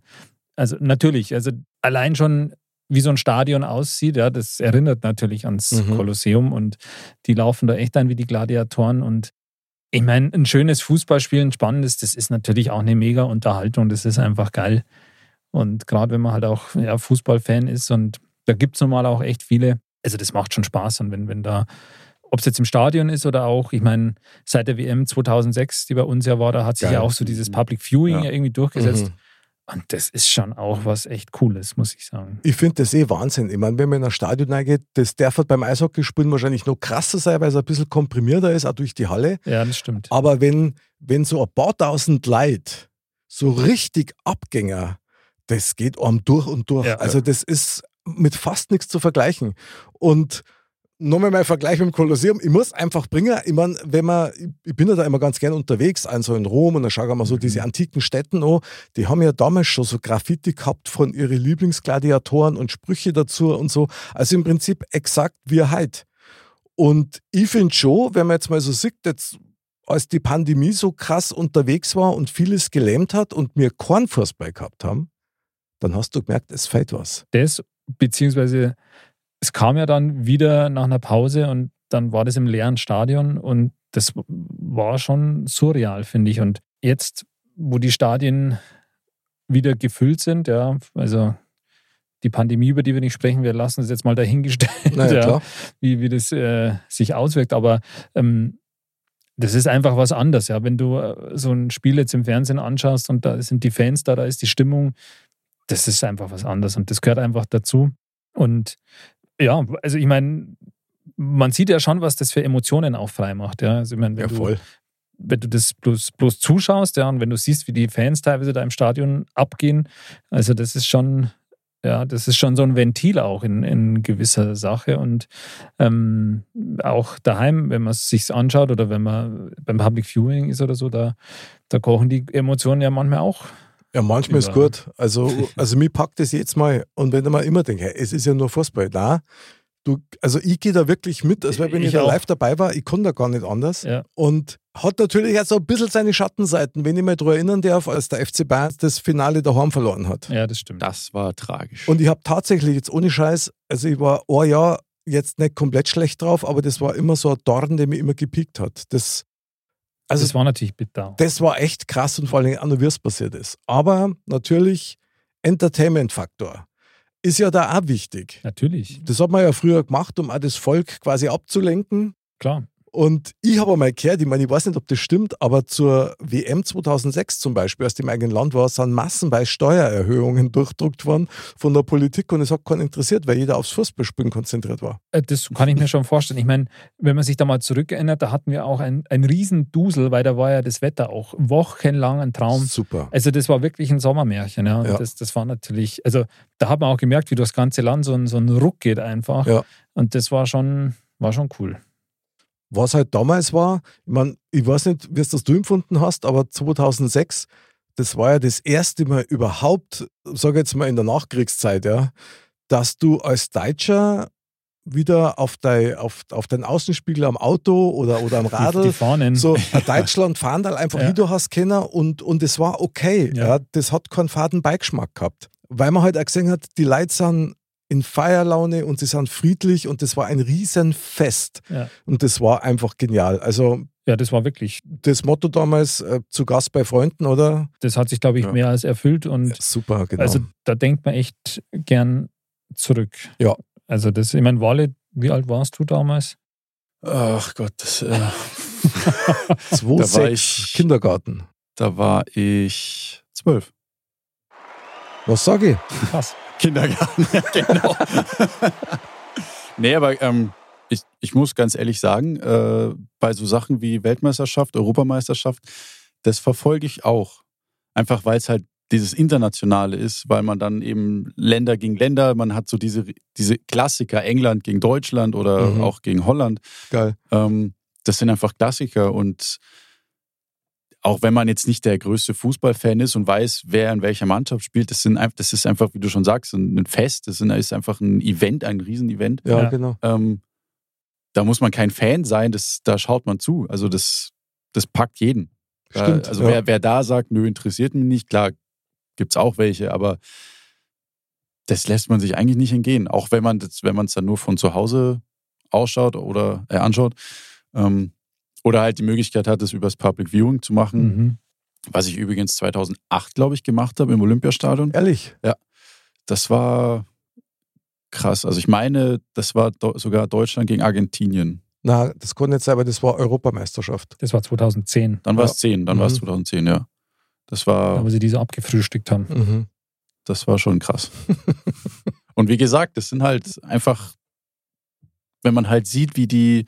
Speaker 2: also natürlich, also allein schon wie so ein Stadion aussieht, ja, das erinnert natürlich ans
Speaker 1: Mhm.
Speaker 2: Kolosseum und die laufen da echt ein wie die Gladiatoren und ich meine, ein schönes Fußballspiel, ein spannendes, das ist natürlich auch eine mega Unterhaltung, das ist einfach geil. Und gerade wenn man halt auch ja, Fußballfan ist und da gibt es normal auch echt viele, also das macht schon Spaß und wenn, wenn da, ob es jetzt im Stadion ist oder auch, ich meine, seit der WM 2006, die bei uns ja war, da hat sich
Speaker 1: Geil.
Speaker 2: ja auch so dieses Public Viewing
Speaker 4: Ja.
Speaker 2: ja irgendwie durchgesetzt.
Speaker 1: Mhm.
Speaker 2: Und das ist schon auch was echt Cooles, muss ich sagen.
Speaker 1: Ich finde das eh Wahnsinn. Ich meine, wenn man in ein Stadion reingeht, das darf halt beim Eishockeyspielen wahrscheinlich noch krasser sein, weil es ein bisschen komprimierter ist, auch durch die Halle.
Speaker 2: Ja, das stimmt.
Speaker 1: Aber wenn, wenn so ein paar tausend Leute so richtig Abgänger, das geht einem durch und durch.
Speaker 2: Ja.
Speaker 1: also das ist mit fast nichts zu vergleichen. Und nochmal mein Vergleich mit dem Kolosseum. Ich muss einfach bringen, ich meine, wenn man, ich- ich bin ja da immer ganz gern unterwegs, also in Rom und dann schaue ich mal so diese antiken Städten an, die haben ja damals schon so Graffiti gehabt von ihren Lieblingsgladiatoren und Sprüche dazu und so. Also im Prinzip exakt wie heute. Und ich finde schon, wenn man jetzt mal so sieht, jetzt, als die Pandemie so krass unterwegs war und vieles gelähmt hat und wir keinen Fußball gehabt haben, dann hast du gemerkt, es fehlt was.
Speaker 2: Das, beziehungsweise, es kam ja dann wieder nach einer Pause und dann war das im leeren Stadion und das war schon surreal, finde ich. Und jetzt, wo die Stadien wieder gefüllt sind, ja, also die Pandemie, über die wir nicht sprechen, wir lassen es jetzt mal dahingestellt.
Speaker 1: Naja,
Speaker 2: ja.
Speaker 1: klar.
Speaker 2: wie, wie das äh, sich auswirkt. Aber ähm, das ist einfach was anderes. Ja? Wenn du äh, so ein Spiel jetzt im Fernsehen anschaust und da sind die Fans da, da ist die Stimmung, das ist einfach was anderes und das gehört einfach dazu. Und ja, also ich meine, man sieht ja schon, was das für Emotionen auch freimacht. Ja? Also ich meine, wenn
Speaker 1: Ja,
Speaker 2: du
Speaker 1: voll.
Speaker 2: wenn du das bloß, bloß zuschaust, ja, und wenn du siehst, wie die Fans teilweise da im Stadion abgehen, also das ist schon, ja, das ist schon so ein Ventil auch in, in gewisser Sache. Und ähm, auch daheim, wenn man es sich anschaut oder wenn man beim Public Viewing ist oder so, da, da kochen die Emotionen ja manchmal auch.
Speaker 1: Ja, manchmal ist
Speaker 2: Ja.
Speaker 1: gut. Also, also mir packt das jetzt mal. Und wenn ich mir immer denke, hey, es ist ja nur Fußball. Nein, du, also ich gehe da wirklich mit, als wenn ich,
Speaker 2: Ich
Speaker 1: da
Speaker 2: auch.
Speaker 1: live dabei war. Ich kann da gar nicht anders.
Speaker 2: Ja.
Speaker 1: Und hat natürlich jetzt auch ein bisschen seine Schattenseiten, wenn ich mich daran erinnern darf, als der FC Bayern das Finale daheim verloren hat.
Speaker 2: Ja, das stimmt.
Speaker 4: Das war tragisch.
Speaker 1: Und ich habe tatsächlich jetzt ohne Scheiß, also ich war ein Jahr jetzt nicht komplett schlecht drauf, aber das war immer so ein Dorn, der mich immer gepiekt hat. Das, also
Speaker 2: das war natürlich bitter.
Speaker 1: das war echt krass und vor allem auch noch, wie es passiert ist. Aber natürlich, Entertainment-Faktor ist ja da auch wichtig.
Speaker 2: Natürlich,
Speaker 1: Das hat man ja früher gemacht, um auch das Volk quasi abzulenken.
Speaker 2: klar.
Speaker 1: Und ich habe einmal gehört, ich meine, ich weiß nicht, ob das stimmt, aber zur WM 2006 zum Beispiel, aus dem eigenen Land war, sind massenweise Steuererhöhungen durchdruckt worden von der Politik und es hat keinen interessiert, weil jeder aufs Fußballspielen konzentriert war.
Speaker 2: Äh, Das kann ich mir schon vorstellen. Ich meine, wenn man sich da mal zurückerinnert, da hatten wir auch ein, ein Riesendusel, weil da war ja das Wetter auch wochenlang ein Traum.
Speaker 1: Super.
Speaker 2: Also das war wirklich ein Sommermärchen. Ja. Und
Speaker 1: Ja.
Speaker 2: Das, das war natürlich, also da hat man auch gemerkt, wie durchs ganze Land so ein, so ein Ruck geht einfach.
Speaker 1: Ja.
Speaker 2: Und das war schon, war schon cool.
Speaker 1: was halt damals war, ich meine, ich weiß nicht, wie es das du empfunden hast, aber 2006, das war ja das erste Mal überhaupt, sage jetzt mal in der Nachkriegszeit, ja, dass du als Deutscher wieder auf, dein, auf, auf deinen Außenspiegel am Auto oder, oder am
Speaker 2: Die, die
Speaker 1: Radl
Speaker 2: Fahnen.
Speaker 1: so ein Deutschland fahren dann einfach
Speaker 2: Mhm. Ja.
Speaker 1: wie du hast können und, und es war okay.
Speaker 2: Ja.
Speaker 1: Ja. das hat keinen faden Beigeschmack gehabt. Weil man halt auch gesehen hat, die Leute sind in Feierlaune und sie sind friedlich und das war ein Riesenfest.
Speaker 2: Ja.
Speaker 1: Und das war einfach genial. Also
Speaker 2: Ja, das war wirklich,
Speaker 1: das Motto damals, äh, zu Gast bei Freunden, oder?
Speaker 2: das hat sich, glaube ich,
Speaker 4: Ja.
Speaker 2: mehr als erfüllt. Und
Speaker 1: Super, genau.
Speaker 2: also da denkt man echt gern zurück.
Speaker 1: Ja.
Speaker 2: Also das, ich meine, Wale, wie alt warst du damals?
Speaker 4: Ach Gott, das, äh,
Speaker 1: Zwei,
Speaker 4: da war
Speaker 1: sechs,
Speaker 4: ich-
Speaker 1: Kindergarten.
Speaker 4: da war ich zwölf.
Speaker 1: Was sage ich?
Speaker 2: Krass.
Speaker 4: Kindergarten, ja, genau. nee, aber ähm, ich, ich muss ganz ehrlich sagen, äh, bei so Sachen wie Weltmeisterschaft, Europameisterschaft, das verfolge ich auch. Einfach weil es halt dieses Internationale ist, weil man dann eben Länder gegen Länder, man hat so diese, diese Klassiker, England gegen Deutschland oder
Speaker 1: Mhm.
Speaker 4: auch gegen Holland.
Speaker 1: Geil.
Speaker 4: Ähm, das sind einfach Klassiker und auch wenn man jetzt nicht der größte Fußballfan ist und weiß, wer in welcher Mannschaft spielt, das, sind, einf- das ist einfach, wie du schon sagst, ein ein Fest, das sind- ist einfach ein Event, ein Riesenevent.
Speaker 1: Ja,
Speaker 2: Ja.
Speaker 1: genau.
Speaker 4: Ähm, da muss man kein Fan sein, das, da schaut man zu. Also das, das packt jeden. Da,
Speaker 1: Stimmt.
Speaker 4: also
Speaker 1: ja.
Speaker 4: wer, wer da sagt, nö, interessiert mich nicht, klar, gibt es auch welche, aber das lässt man sich eigentlich nicht entgehen. Auch wenn man es wenn man's dann nur von zu Hause ausschaut oder äh, anschaut. Ähm, oder halt die Möglichkeit hat, es übers Public Viewing zu
Speaker 1: Hm.
Speaker 4: machen,
Speaker 2: Mhm.
Speaker 4: was ich übrigens 2008, glaube ich, gemacht habe im Olympiastadion.
Speaker 1: Ehrlich,
Speaker 4: Das war krass. Also ich meine, das war do sogar Deutschland gegen Argentinien.
Speaker 1: na, das kann nicht sein, weil das war Europameisterschaft.
Speaker 2: Das war 2010,
Speaker 1: Ah.
Speaker 4: Dann war es 10, dann war es
Speaker 1: Mhm.
Speaker 4: 2010, ja. Das war,
Speaker 2: wo sie diese abgefrühstückt haben.
Speaker 1: Mhm.
Speaker 4: das war schon krass. Und wie gesagt, das sind halt einfach, wenn man halt sieht, wie die,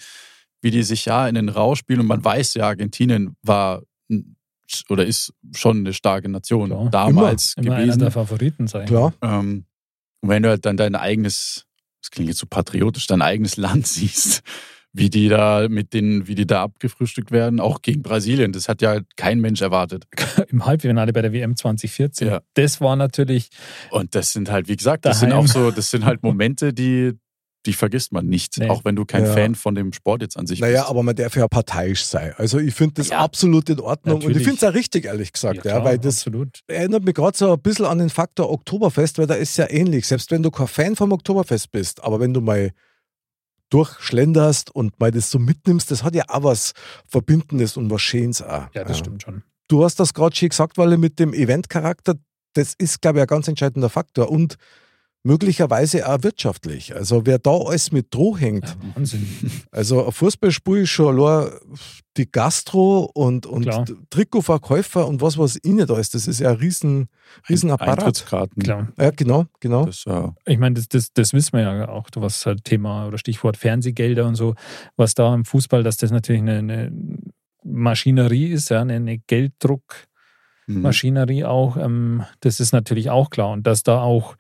Speaker 4: wie die sich ja in den Rausch spielen und man weiß ja, Argentinien war n- oder ist schon eine starke Nation
Speaker 2: Klar.
Speaker 4: damals
Speaker 2: Immer einer
Speaker 4: gewesen.
Speaker 2: der Favoriten sein.
Speaker 1: Klar.
Speaker 4: Ähm, und wenn du halt dann dein eigenes, das klingt jetzt so patriotisch, dein eigenes Land siehst, wie die da mit den, wie die da abgefrühstückt werden, auch gegen Brasilien, das hat ja kein Mensch erwartet.
Speaker 2: Im Halbfinale bei der WM 2014.
Speaker 4: Ja.
Speaker 2: Das war natürlich,
Speaker 4: Und das sind halt, wie gesagt, das sind
Speaker 2: Daheim.
Speaker 4: auch so, das sind halt Momente, die, die vergisst man nicht,
Speaker 2: Nee.
Speaker 4: auch wenn du kein
Speaker 1: Ja.
Speaker 4: Fan von dem Sport jetzt an sich
Speaker 1: Naja,
Speaker 4: bist.
Speaker 1: aber man darf ja parteiisch sein. Also ich finde das
Speaker 4: Ja.
Speaker 1: absolut in Ordnung und ich
Speaker 2: Natürlich.
Speaker 1: finde es ja richtig, ehrlich gesagt, ja,
Speaker 2: klar,
Speaker 1: weil das
Speaker 2: absolut.
Speaker 1: erinnert mich gerade so ein bisschen an den Faktor Oktoberfest, weil da ist ja ähnlich. Selbst wenn du kein Fan vom Oktoberfest bist, aber wenn du mal durchschlenderst und mal das so mitnimmst, das hat ja auch was Verbindendes und was Schönes auch.
Speaker 2: Ja, das stimmt schon.
Speaker 1: Du hast das gerade schon gesagt, weil mit dem Eventcharakter, das ist, glaube ich, ein ganz entscheidender Faktor und möglicherweise auch wirtschaftlich. Also wer da alles mit droh hängt,
Speaker 2: Ja, Wahnsinn.
Speaker 1: also ein Fußballspiel ist schon allein die Gastro und, und
Speaker 2: Klar.
Speaker 1: Trikotverkäufer und was was innen da ist. Das ist ja ein riesen, riesen Apparat.
Speaker 4: Eintrittskarten.
Speaker 2: Klar.
Speaker 1: Ja, genau, genau.
Speaker 4: Das, ja,
Speaker 2: Ich meine, das, das, das wissen wir ja auch, was halt Thema oder Stichwort Fernsehgelder und so, was da im Fußball, dass das natürlich eine, eine Maschinerie ist, ja, eine, eine Gelddruck.
Speaker 4: Mhm.
Speaker 2: Maschinerie auch, ähm, das ist natürlich auch klar. Und dass da auch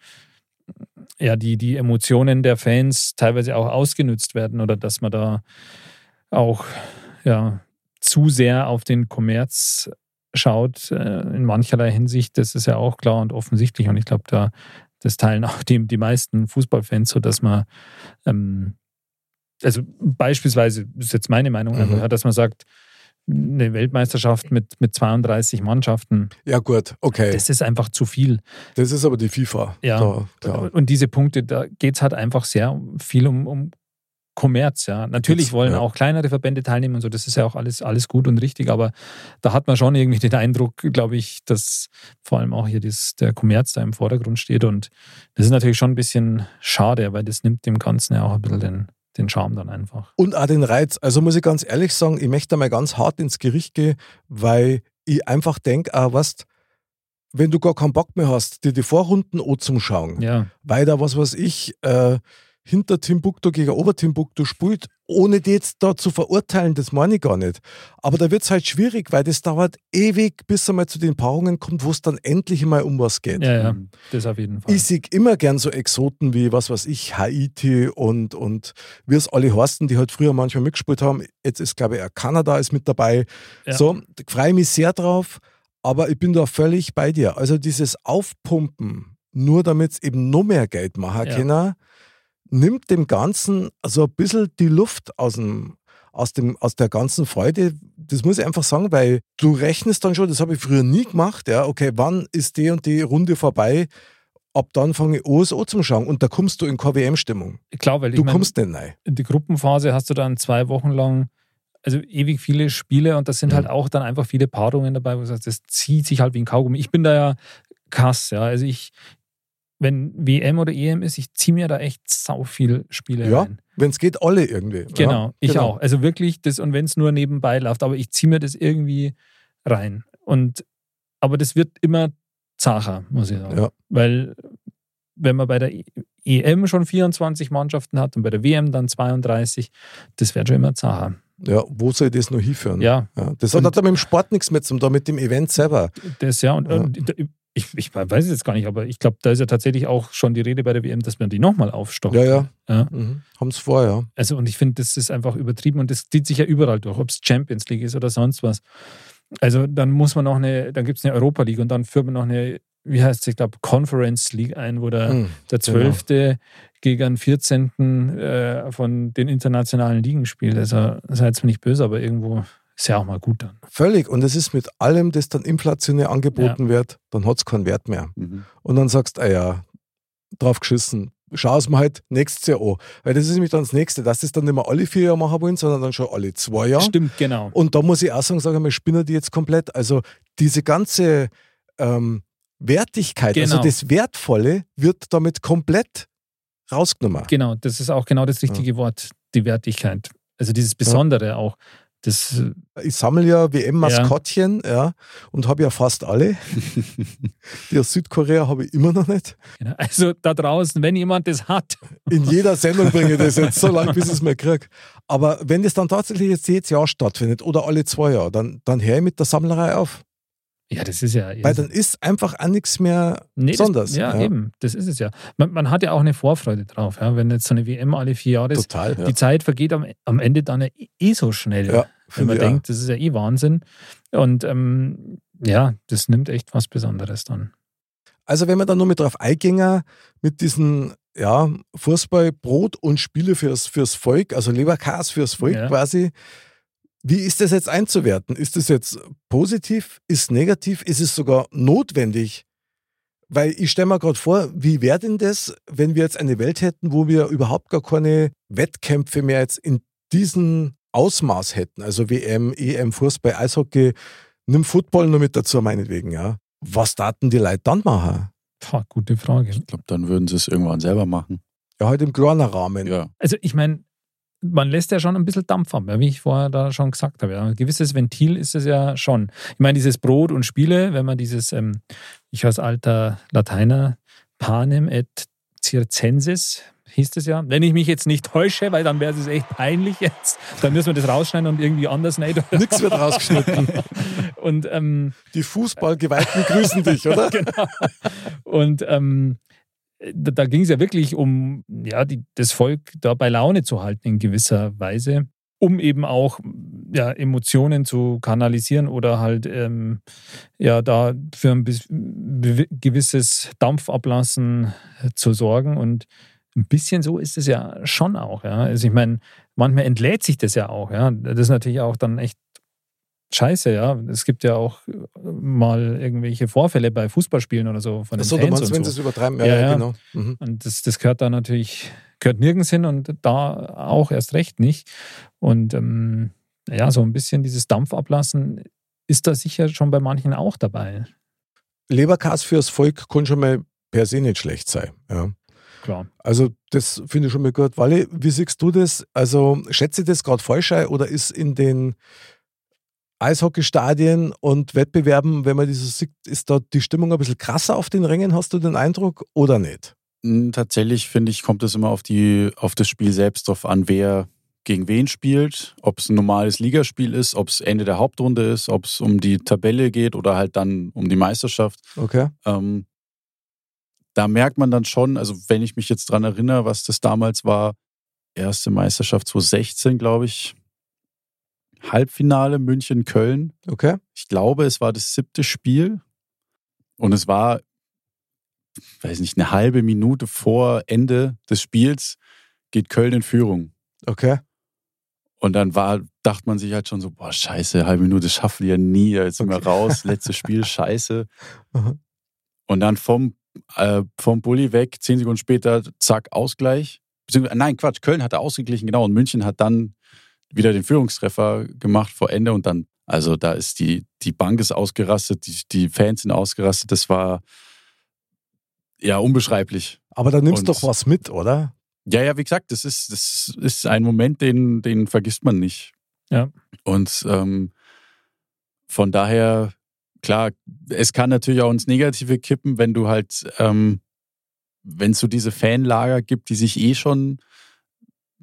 Speaker 2: ja, die, die Emotionen der Fans teilweise auch ausgenützt werden oder dass man da auch ja, zu sehr auf den Kommerz schaut, äh, in mancherlei Hinsicht, das ist ja auch klar und offensichtlich. Und ich glaube, da das teilen auch die, die meisten Fußballfans, so dass man ähm, also beispielsweise, das ist jetzt meine Meinung,
Speaker 1: Mhm.
Speaker 2: einfach, dass man sagt, eine Weltmeisterschaft mit, mit 32 Mannschaften,
Speaker 1: Ja, gut, okay. Das,
Speaker 2: das ist einfach zu viel.
Speaker 1: ist aber die FIFA.
Speaker 2: Ja.
Speaker 1: Da, klar.
Speaker 2: Und diese Punkte, da geht es halt einfach sehr viel um, um Kommerz. Ja. Natürlich
Speaker 1: Geht's,
Speaker 2: wollen
Speaker 1: ja.
Speaker 2: auch kleinere Verbände teilnehmen und so, das ist ja auch alles, alles gut und richtig, aber da hat man schon irgendwie den Eindruck, glaube ich, dass vor allem auch hier das, der Kommerz da im Vordergrund steht und das ist natürlich schon ein bisschen schade, weil das nimmt dem Ganzen ja auch ein bisschen den, den Charme dann einfach.
Speaker 1: Und auch den Reiz. Also muss ich ganz ehrlich sagen, ich möchte da mal ganz hart ins Gericht gehen, weil ich einfach denke, ah, was, wenn du gar keinen Bock mehr hast, dir die Vorrunden anzuschauen,
Speaker 2: Ja,
Speaker 1: weil da was weiß ich, äh, hinter Timbuktu gegen Obertimbuktu spielt, ohne die jetzt da zu verurteilen, das meine ich gar nicht. Aber da wird es halt schwierig, weil das dauert ewig, bis einmal zu den Paarungen kommt, wo es dann endlich mal um was geht.
Speaker 2: ja, ja,
Speaker 4: mhm,
Speaker 2: das auf jeden Fall.
Speaker 1: Ich sehe immer gern so Exoten wie, was weiß ich, Haiti und, und wie es alle Horsten, die halt früher manchmal mitgespielt haben. Jetzt ist, glaube ich, auch Kanada ist mit dabei.
Speaker 2: Ja.
Speaker 1: So, da freue ich mich sehr drauf, aber ich bin da völlig bei dir. Also dieses Aufpumpen, nur damit es eben noch mehr Geld machen
Speaker 2: Ja.
Speaker 1: kann, nimmt dem Ganzen so ein bisschen die Luft aus dem, aus, dem, aus der ganzen Freude. Das muss ich einfach sagen, weil du rechnest dann schon, das habe ich früher nie gemacht, ja, okay, wann ist die und die Runde vorbei? Ab dann fange ich OSO zum Schauen und da kommst du in KWM-Stimmung.
Speaker 2: Klar, weil ich
Speaker 1: Du
Speaker 2: mein-
Speaker 1: kommst nicht rein.
Speaker 2: in die Gruppenphase hast du dann zwei Wochen lang, also ewig viele Spiele und das sind
Speaker 1: Mhm.
Speaker 2: halt auch dann einfach viele Paarungen dabei, wo du sagst, das zieht sich halt wie ein Kaugummi. Ich bin da ja krass, ja. Also ich, wenn WM oder EM ist, ich ziehe mir da echt sau viel Spiele
Speaker 1: Ja,
Speaker 2: rein.
Speaker 1: wenn es geht, alle irgendwie.
Speaker 2: Genau,
Speaker 1: ja,
Speaker 2: ich
Speaker 1: genau.
Speaker 2: auch. Also wirklich das, und wenn es nur nebenbei läuft, aber ich ziehe mir das irgendwie rein. Und aber das wird immer zacher, muss ich sagen.
Speaker 1: Ja.
Speaker 2: Weil wenn man bei der E- EM schon 24 Mannschaften hat und bei der WM dann 32, das wird schon immer zacher.
Speaker 1: Ja, wo soll ich das noch hinführen?
Speaker 2: Ja,
Speaker 1: Ja, das hat
Speaker 2: Und-
Speaker 1: hat da mit dem Sport nichts mehr zum, da mit dem Event selber.
Speaker 2: das ja. Und,
Speaker 1: Ja.
Speaker 2: und ich, ich weiß es jetzt gar nicht, aber ich glaube, da ist ja tatsächlich auch schon die Rede bei der WM, dass man die nochmal aufstockt.
Speaker 1: Ja, ja.
Speaker 2: Ja.
Speaker 1: Mhm. Haben es vor, ja.
Speaker 2: Also, und ich finde, das ist einfach übertrieben und das zieht sich ja überall durch, ob es Champions League ist oder sonst was. Also, dann muss man noch eine, dann gibt es eine Europa League und dann führt man noch eine, wie heißt es, ich glaube, Conference League ein, wo der,
Speaker 1: Mhm.
Speaker 2: der Zwölfte gegen den 14. Äh, von den internationalen Ligen spielt. Also, seid mir nicht böse, aber irgendwo ist ja auch mal gut dann.
Speaker 1: Völlig. Und es ist mit allem, das dann inflationär angeboten wird, dann hat es keinen Wert mehr.
Speaker 4: Mhm.
Speaker 1: Und dann sagst du, ah ja, drauf geschissen. Schau es mir halt nächstes Jahr an. Weil das ist nämlich dann das Nächste, dass das dann nicht mehr alle vier Jahre machen wollen, sondern dann schon alle zwei Jahre.
Speaker 2: Stimmt, genau.
Speaker 1: Und da muss ich auch sagen, sage mal, spinner die jetzt komplett. Also diese ganze ähm, Wertigkeit, also
Speaker 2: Genau.
Speaker 1: das Wertvolle wird damit komplett rausgenommen.
Speaker 2: Genau, das ist auch genau das richtige Wort, die Wertigkeit. Also, dieses Besondere auch. Das, äh,
Speaker 1: Ich sammle ja WM-Maskottchen ja. und habe ja fast alle. die aus Südkorea habe ich immer noch nicht.
Speaker 2: genau. also, da draußen, wenn jemand das hat,
Speaker 1: In jeder Sendung bringe ich das jetzt, so lange, bis ich es mir kriege. Aber wenn das dann tatsächlich jetzt jedes Jahr stattfindet oder alle zwei Jahre, dann, dann höre ich mit der Sammlerei auf.
Speaker 2: Ja, das ist ja.
Speaker 1: Weil dann ist einfach auch nichts mehr
Speaker 2: Nee,
Speaker 1: besonders.
Speaker 2: Das, ja, eben, das ist es ja. Man, man hat ja auch eine Vorfreude drauf, ja, wenn jetzt so eine WM alle vier Jahre ist.
Speaker 1: Total.
Speaker 2: Die Zeit vergeht am, am Ende dann ja eh so schnell,
Speaker 1: Ja,
Speaker 2: wenn
Speaker 1: finde
Speaker 2: man
Speaker 1: ich auch.
Speaker 2: denkt, das ist ja eh Wahnsinn. Und ähm, ja, das nimmt echt was Besonderes dann.
Speaker 1: Also wenn man dann nur mit drauf eingänger, mit diesen ja, Fußball, Brot und Spiele fürs, fürs Volk, also Leberkas fürs Volk
Speaker 2: Ja.
Speaker 1: quasi. Wie ist das jetzt einzuwerten? Ist das jetzt positiv? Ist negativ? Ist es sogar notwendig? Weil ich stelle mir gerade vor, wie wäre denn das, wenn wir jetzt eine Welt hätten, wo wir überhaupt gar keine Wettkämpfe mehr jetzt in diesem Ausmaß hätten? Also WM, EM, Fußball, Eishockey, nimm Football nur mit dazu, meinetwegen, ja. Was taten die Leute dann machen?
Speaker 2: Pah, gute Frage.
Speaker 4: Ich glaube, dann würden sie es irgendwann selber machen.
Speaker 1: Ja, halt im kleinen Rahmen.
Speaker 4: Ja.
Speaker 2: Also ich meine, man lässt ja schon ein bisschen Dampf haben, ja, wie ich vorher da schon gesagt habe. Ja. Ein gewisses Ventil ist es ja schon. Ich meine, dieses Brot und Spiele, wenn man dieses, ähm, ich als alter Lateiner, panem et circenses, hieß es ja. Wenn ich mich jetzt nicht täusche, weil dann wäre es echt peinlich jetzt, dann müssen wir das rausschneiden und irgendwie anders nicht.
Speaker 1: Nix wird rausgeschnitten.
Speaker 2: Und ähm,
Speaker 1: Die Fußballgeweihten grüßen dich, oder?
Speaker 2: genau. Und ähm, da, da ging es ja wirklich um, ja, die, das Volk da bei Laune zu halten in gewisser Weise, um eben auch ja, Emotionen zu kanalisieren oder halt ähm, ja da für ein bis, be- gewisses Dampfablassen äh, zu sorgen. Und ein bisschen so ist es ja schon auch. Ja. Also ich meine, manchmal entlädt sich das ja auch. Ja. Das ist natürlich auch dann echt scheiße, ja. Es gibt ja auch äh, mal irgendwelche Vorfälle bei Fußballspielen oder so von den
Speaker 1: Achso, Also du
Speaker 2: Fans
Speaker 1: meinst,
Speaker 2: und
Speaker 1: wenn
Speaker 2: so.
Speaker 1: sie es übertreiben. Ja,
Speaker 2: Ja,
Speaker 1: ja,
Speaker 2: ja.
Speaker 1: genau. Mhm.
Speaker 2: Und das, das gehört da natürlich, gehört nirgends hin und da auch erst recht nicht. Und ähm, ja, so ein bisschen dieses Dampfablassen ist da sicher schon bei manchen auch dabei.
Speaker 1: Leberkas fürs Volk kann schon mal per se nicht schlecht sein. Ja.
Speaker 2: klar.
Speaker 1: Also, das finde ich schon mal gut. Wally, wie siehst du das? Also, schätze ich das gerade falsch ein oder ist in den Eishockeystadien und Wettbewerben, wenn man dieses sieht, ist da die Stimmung ein bisschen krasser auf den Rängen, hast du den Eindruck oder nicht?
Speaker 4: Mm, Tatsächlich, finde ich, kommt es immer auf, die, auf das Spiel selbst drauf an, wer gegen wen spielt, ob es ein normales Ligaspiel ist, ob es Ende der Hauptrunde ist, ob es um die Tabelle geht oder halt dann um die Meisterschaft.
Speaker 1: Okay.
Speaker 4: Ähm, da merkt man dann schon, also wenn ich mich jetzt dran erinnere, was das damals war, erste Meisterschaft 2016, glaube ich, Halbfinale München-Köln.
Speaker 1: Okay.
Speaker 4: Ich glaube, es war das siebte Spiel und es war, weiß nicht, eine halbe Minute vor Ende des Spiels geht Köln in Führung.
Speaker 1: Okay.
Speaker 4: Und dann war, dachte man sich halt schon so, boah, scheiße, halbe Minute schaffen wir ja nie, jetzt sind wir
Speaker 1: Okay.
Speaker 4: raus, letztes Spiel, scheiße.
Speaker 1: Mhm.
Speaker 4: Und dann vom, äh, vom Bulli weg, zehn Sekunden später, zack, Ausgleich. Beziehungsweise- Nein, Quatsch, Köln hatte ausgeglichen, genau. Und München hat dann wieder den Führungstreffer gemacht vor Ende. Und dann, also da ist die, die Bank ist ausgerastet, die, die Fans sind ausgerastet. Das war ja unbeschreiblich.
Speaker 1: Aber da nimmst du
Speaker 4: Und-
Speaker 1: doch was mit, oder?
Speaker 4: Ja, ja, wie gesagt, das ist, das ist ein Moment, den, den vergisst man nicht.
Speaker 2: Ja.
Speaker 4: Und ähm, von daher, klar, es kann natürlich auch ins Negative kippen, wenn du halt, ähm, wenn es so diese Fanlager gibt, die sich eh schon,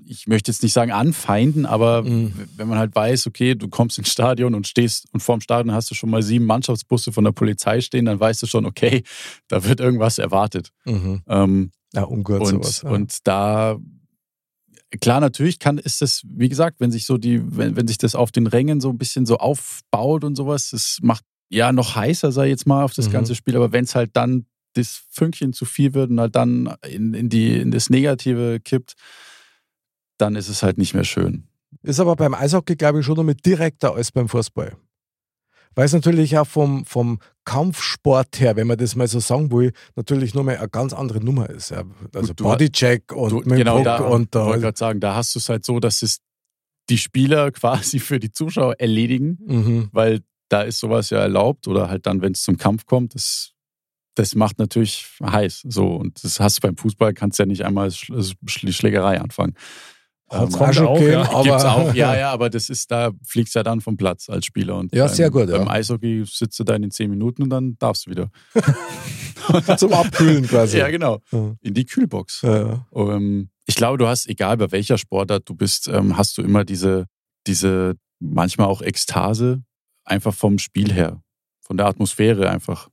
Speaker 4: ich möchte jetzt nicht sagen anfeinden, aber
Speaker 1: Mhm.
Speaker 4: w- wenn man halt weiß, okay, du kommst ins Stadion und stehst und vorm Stadion hast du schon mal sieben Mannschaftsbusse von der Polizei stehen, dann weißt du schon, okay, da wird irgendwas erwartet.
Speaker 1: Mhm.
Speaker 4: Ähm,
Speaker 1: Ja, ungehört
Speaker 4: und,
Speaker 1: sowas. ja.
Speaker 4: und da, klar, natürlich kann, ist das, wie gesagt, wenn sich so die, wenn, wenn sich das auf den Rängen so ein bisschen so aufbaut und sowas, das macht ja noch heißer, sei jetzt mal, auf das
Speaker 1: Mhm.
Speaker 4: ganze Spiel, aber wenn es halt dann das Fünkchen zu viel wird und halt dann in, in, die, in das Negative kippt, dann ist es halt nicht mehr schön.
Speaker 1: Ist aber beim Eishockey, glaube ich, schon noch mit direkter als beim Fußball. Weil es natürlich auch vom, vom Kampfsport her, wenn man das mal so sagen will, natürlich nur mal eine ganz andere Nummer ist. Ja. Also
Speaker 4: Gut, du-
Speaker 1: Bodycheck und
Speaker 4: Du- genau,
Speaker 1: mit dem Puck und
Speaker 4: wollte
Speaker 1: da. also
Speaker 4: gerade sagen, da hast du es halt so, dass es die Spieler quasi für die Zuschauer erledigen.
Speaker 1: Mhm.
Speaker 4: weil da ist sowas ja erlaubt oder halt dann, wenn es zum Kampf kommt, das, das macht natürlich heiß. So und das hast du beim Fußball kannst ja nicht einmal Sch Sch- Schlägerei anfangen.
Speaker 1: Hat's
Speaker 4: Ähm,
Speaker 1: auch schon
Speaker 2: auch,
Speaker 1: gegeben,
Speaker 2: ja.
Speaker 1: aber
Speaker 4: Gibt's auch, ja, ja, aber das ist da fliegst ja dann vom Platz als Spieler und
Speaker 1: Ja,
Speaker 4: beim,
Speaker 1: sehr gut, ja.
Speaker 4: Beim Eishockey sitzt du dann in zehn Minuten und dann darfst du wieder.
Speaker 1: zum Abkühlen quasi.
Speaker 4: ja, genau.
Speaker 1: Ja.
Speaker 4: In die Kühlbox.
Speaker 1: Ja.
Speaker 4: Ähm, ich glaube, du hast, egal bei welcher Sportart du bist, ähm, hast du immer diese, diese manchmal auch Ekstase einfach vom Spiel her, von der Atmosphäre einfach.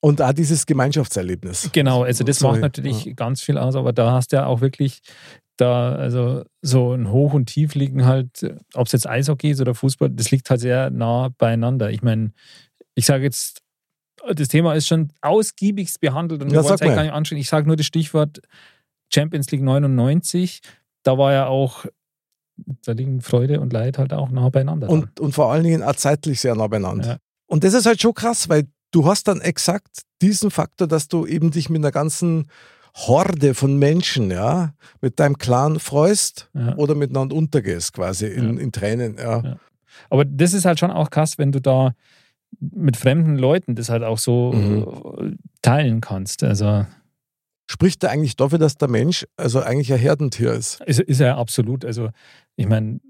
Speaker 1: Und auch dieses Gemeinschaftserlebnis.
Speaker 2: Genau, also das
Speaker 1: Sorry.
Speaker 2: macht natürlich
Speaker 1: Ja.
Speaker 2: ganz viel aus, aber da hast du ja auch wirklich da, also so ein Hoch und Tief liegen halt, ob es jetzt Eishockey ist oder Fußball, das liegt halt sehr nah beieinander. Ich meine, ich sage jetzt, das Thema ist schon ausgiebigst behandelt und wir
Speaker 1: Ja,
Speaker 2: wollen es
Speaker 1: sag
Speaker 2: eigentlich
Speaker 1: mal.
Speaker 2: gar nicht anschauen. Ich sage nur das Stichwort Champions League 99. Da war ja auch, da liegen Freude und Leid halt auch nah beieinander. dann.
Speaker 1: Und, und vor allen Dingen auch zeitlich sehr nah beieinander.
Speaker 2: Ja.
Speaker 1: Und das ist halt schon krass, weil du hast dann exakt diesen Faktor, dass du eben dich mit einer ganzen Horde von Menschen, ja, mit deinem Clan freust
Speaker 2: Ja.
Speaker 1: oder miteinander untergehst quasi in, in Tränen. Ja.
Speaker 2: Ja. Aber das ist halt schon auch krass, wenn du da mit fremden Leuten das halt auch so äh, teilen kannst. Also
Speaker 1: Spricht da eigentlich dafür, dass der Mensch also eigentlich ein Herdentier ist?
Speaker 2: ist, ist ja absolut. Also ich meine,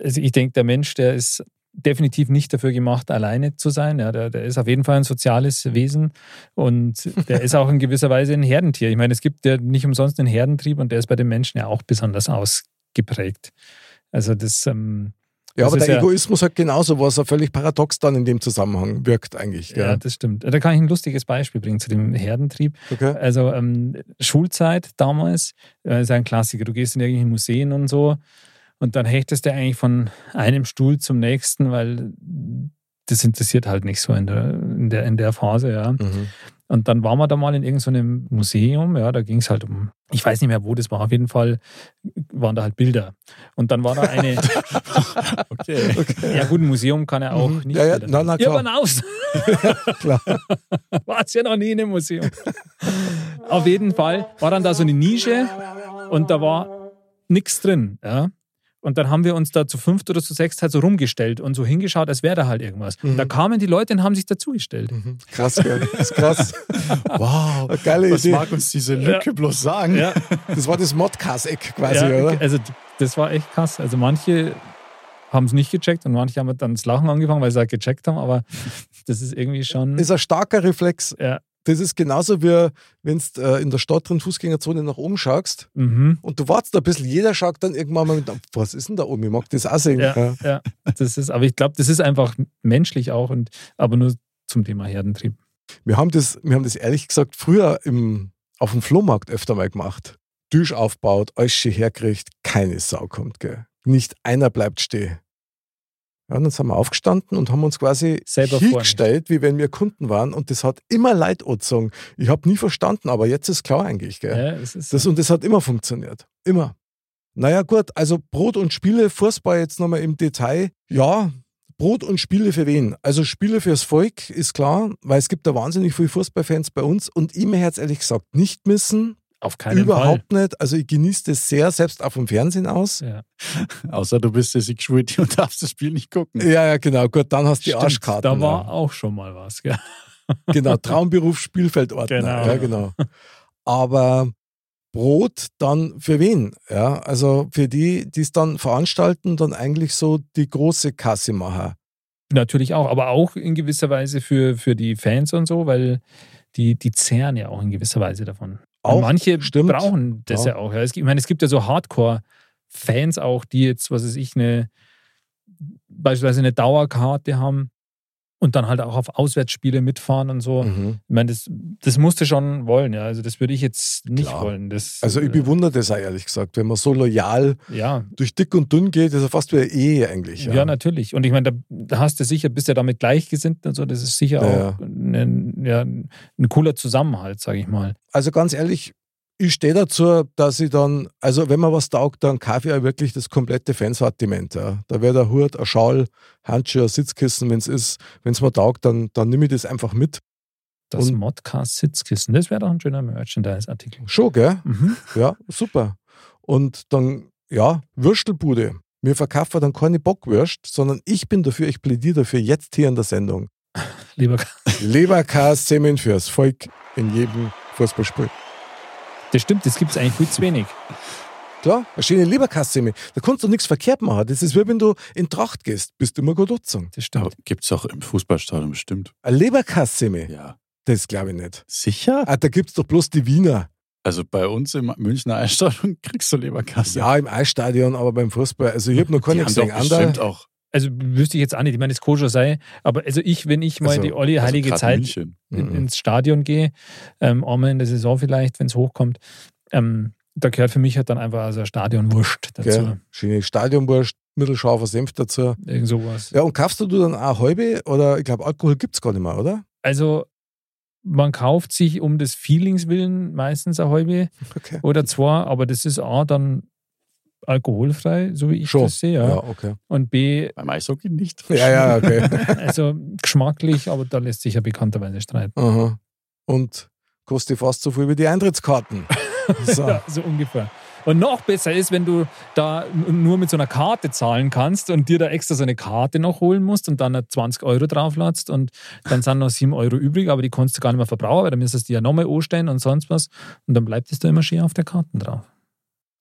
Speaker 2: also ich denke, der Mensch, der ist definitiv nicht dafür gemacht, alleine zu sein. Ja, der, der ist auf jeden Fall ein soziales Wesen und der ist auch in gewisser Weise ein Herdentier. Ich meine, es gibt ja nicht umsonst den Herdentrieb und der ist bei den Menschen ja auch besonders ausgeprägt. Also das, ähm,
Speaker 1: Ja,
Speaker 2: Das
Speaker 1: aber
Speaker 2: ist
Speaker 1: der
Speaker 2: ja-
Speaker 1: Egoismus hat genauso, was er völlig paradox dann in dem Zusammenhang wirkt eigentlich.
Speaker 2: ja.
Speaker 1: Gell?
Speaker 2: das stimmt. Da kann ich ein lustiges Beispiel bringen zu dem Herdentrieb.
Speaker 1: Okay.
Speaker 2: Also ähm, Schulzeit damals äh, ist ein Klassiker. Du gehst in irgendwelche Museen und so und dann hechtest du eigentlich von einem Stuhl zum nächsten, weil das interessiert halt nicht so in der, in der, in der Phase, ja.
Speaker 1: Mhm.
Speaker 2: Und dann waren wir da mal in irgendeinem Museum, ja, da ging es halt um, ich weiß nicht mehr, wo das war, auf jeden Fall waren da halt Bilder. Und dann war da eine,
Speaker 4: Okay.
Speaker 2: ja gut, ein Museum kann ja auch
Speaker 1: Mhm.
Speaker 2: nicht
Speaker 1: Ja, ja,
Speaker 2: Bilder
Speaker 1: na, na,
Speaker 2: zeigen.
Speaker 1: klar.
Speaker 2: Ja, aber hinaus!
Speaker 1: Klar.
Speaker 2: War es ja noch nie in einem Museum. Auf jeden Fall war dann da so eine Nische und da war nichts drin. Ja? Und dann haben wir uns da zu fünft oder zu sechst halt so rumgestellt und so hingeschaut, als wäre da halt irgendwas.
Speaker 1: Mhm.
Speaker 2: Und da kamen die Leute und haben sich dazugestellt.
Speaker 1: Krass, gell? Das ist krass.
Speaker 4: Wow.
Speaker 1: Eine geile
Speaker 4: Was
Speaker 1: Idee.
Speaker 4: mag uns diese Lücke bloß sagen?
Speaker 2: Ja,
Speaker 1: Das war das Modcast-Eck quasi,
Speaker 2: ja,
Speaker 1: Mhm. oder?
Speaker 2: Also das war echt krass. Also manche haben es nicht gecheckt und manche haben dann das Lachen angefangen, weil sie halt gecheckt haben, aber das ist irgendwie schon.
Speaker 1: Ist ein starker Reflex.
Speaker 2: ja,
Speaker 1: Das ist genauso wie wenn du äh, in der Stadt drin Fußgängerzone nach oben schaust
Speaker 2: mhm,
Speaker 1: und du wartest ein bisschen, jeder schaut dann irgendwann mal mit, was ist denn da oben? Ich mag das auch sehen.
Speaker 2: ja, ja, das ist, aber ich glaube, das ist einfach menschlich auch und aber nur zum Thema Herdentrieb.
Speaker 1: Wir haben das, wir haben das ehrlich gesagt früher im, auf dem Flohmarkt öfter mal gemacht. Tisch aufbaut, alles schön herkriegt, keine Sau kommt, gell. Nicht einer bleibt stehen. Ja, und dann sind wir aufgestanden und haben uns quasi
Speaker 2: Selber
Speaker 1: hingestellt, wie wenn wir Kunden waren. Und das hat immer Leid angezogen. Ich habe nie verstanden, aber jetzt ist klar eigentlich, gell.
Speaker 2: Ja, ne? es ist,
Speaker 1: Das, und das hat immer funktioniert. Immer. Naja, gut, also Brot und Spiele, Fußball jetzt nochmal im Detail. Ja, Brot und Spiele für wen? Also Spiele fürs Volk ist klar, weil es gibt da wahnsinnig viele Fußballfans bei uns und ich mir jetzt ehrlich gesagt nicht missen.
Speaker 2: auf keinen
Speaker 1: überhaupt nicht. Also ich genieße das sehr, selbst auch vom Fernsehen aus.
Speaker 2: Fall. Ja.
Speaker 4: Außer du bist der Security und darfst das Spiel nicht gucken.
Speaker 1: Ja, ja, genau. Gut, dann hast du die
Speaker 2: Stimmt,
Speaker 1: Arschkarten.
Speaker 2: Da war
Speaker 1: ja.
Speaker 2: auch schon mal was. Gell?
Speaker 1: Genau, Traumberuf Spielfeldordner.
Speaker 2: Genau.
Speaker 1: Ja, genau. Aber Brot dann für wen? Ja, also für die, die es dann veranstalten, dann eigentlich so die große Kasse machen.
Speaker 2: Natürlich auch, aber auch in gewisser Weise für, für die Fans und so, weil die, die zehren ja auch in gewisser Weise davon.
Speaker 1: Auch,
Speaker 2: und manche
Speaker 1: stimmt.
Speaker 2: brauchen das
Speaker 1: Ja.
Speaker 2: ja, auch. Ja. Es, gibt- ich meine, es gibt ja so Hardcore-Fans auch, die jetzt, was weiß ich, eine beispielsweise eine Dauerkarte haben und dann halt auch auf Auswärtsspiele mitfahren und so.
Speaker 1: Mhm.
Speaker 2: Ich meine, das, das musst du schon wollen, ja. Also das würde ich jetzt nicht
Speaker 1: Klar.
Speaker 2: wollen. Das, äh,
Speaker 1: Also ich bewundere das auch ehrlich gesagt, wenn man so loyal
Speaker 2: ja,
Speaker 1: durch dick und dünn geht, ist ja fast wie eine Ehe eigentlich.
Speaker 2: Ja, natürlich. Und ich meine, da- da hast du sicher, bist ja damit gleichgesinnt und so. Das ist sicher
Speaker 1: Ja.
Speaker 2: auch ein, ja, ein cooler Zusammenhalt, sage ich mal.
Speaker 1: Also ganz ehrlich, ich stehe dazu, dass ich dann, also wenn man was taugt, dann kaufe ich auch wirklich das komplette Fansortiment. Ja. Da wäre der Hut, ein Schal, Handschuhe, ein Sitzkissen, wenn es ist, wenn es mir taugt, dann, dann nehme ich das einfach mit.
Speaker 2: Das
Speaker 1: Und-
Speaker 2: Modcast Sitzkissen, das wäre doch ein schöner Merchandise-Artikel.
Speaker 1: Schon, gell?
Speaker 2: Mhm.
Speaker 1: Ja, super. Und dann, ja, Würstelbude. Wir verkaufen dann keine Bockwürst, sondern ich bin dafür, ich plädiere dafür jetzt hier in der Sendung.
Speaker 2: Lieber,
Speaker 1: Leberkas Semen fürs Volk in jedem Fußballspiel.
Speaker 2: das stimmt, das gibt es eigentlich viel zu wenig.
Speaker 1: Klar, eine schöne Leberkas Semen. Da kannst du nichts verkehrt machen. Das ist wie wenn du in Tracht gehst, bist du immer gut angezogen.
Speaker 2: Das stimmt.
Speaker 4: Gibt es auch im Fußballstadion bestimmt.
Speaker 1: Eine Leberkas Semen,
Speaker 4: Ja.
Speaker 1: das glaube ich nicht.
Speaker 4: Sicher?
Speaker 1: Ah, da gibt es doch bloß die Wiener.
Speaker 4: Also bei uns im Münchner Eisstadion kriegst du Leberkasse.
Speaker 1: Ja, im Eisstadion, aber beim Fußball. Also ich habe noch
Speaker 4: die
Speaker 1: keine
Speaker 4: haben doch
Speaker 1: gesehen. Ander,
Speaker 4: bestimmt auch.
Speaker 2: Also wüsste ich jetzt auch nicht, ich meine, das Kojo sei, aber also ich, wenn ich mal
Speaker 1: Also-
Speaker 2: die olle
Speaker 4: Also
Speaker 2: heilige
Speaker 4: gerade
Speaker 2: Zeit
Speaker 4: München.
Speaker 2: in,
Speaker 1: Mhm.
Speaker 2: ins Stadion gehe, ähm, einmal in der Saison vielleicht, wenn es hochkommt, ähm, da gehört für mich halt dann einfach also ein Stadionwurst dazu.
Speaker 1: gell? Schöne Stadionwurst, mittelscharfer Senf dazu.
Speaker 2: Irgend sowas.
Speaker 1: Ja, und kaufst du dann auch halbe oder ich glaube, Alkohol gibt es gar nicht mehr, oder?
Speaker 2: Also man kauft sich um des Feelings willen meistens eine halbe
Speaker 1: Okay.
Speaker 2: oder zwei, aber das ist A, dann alkoholfrei, so wie ich
Speaker 1: Schon.
Speaker 2: das sehe. Ja.
Speaker 1: okay.
Speaker 2: Und B,
Speaker 4: Beim Eishockey nicht.
Speaker 1: Ja, ja, okay.
Speaker 2: also geschmacklich, aber da lässt sich ja bekannterweise streiten.
Speaker 1: Aha. Und kostet fast so viel wie die Eintrittskarten. So.
Speaker 2: Ja, so ungefähr. Und noch besser ist, wenn du da n- nur mit so einer Karte zahlen kannst und dir da extra so eine Karte noch holen musst und dann 20 Euro draufladst und dann sind noch 7 Euro übrig, aber die kannst du gar nicht mehr verbrauchen, weil dann müsstest du die ja nochmal anstellen und sonst was. Und dann bleibt es da immer schön auf der Karte drauf.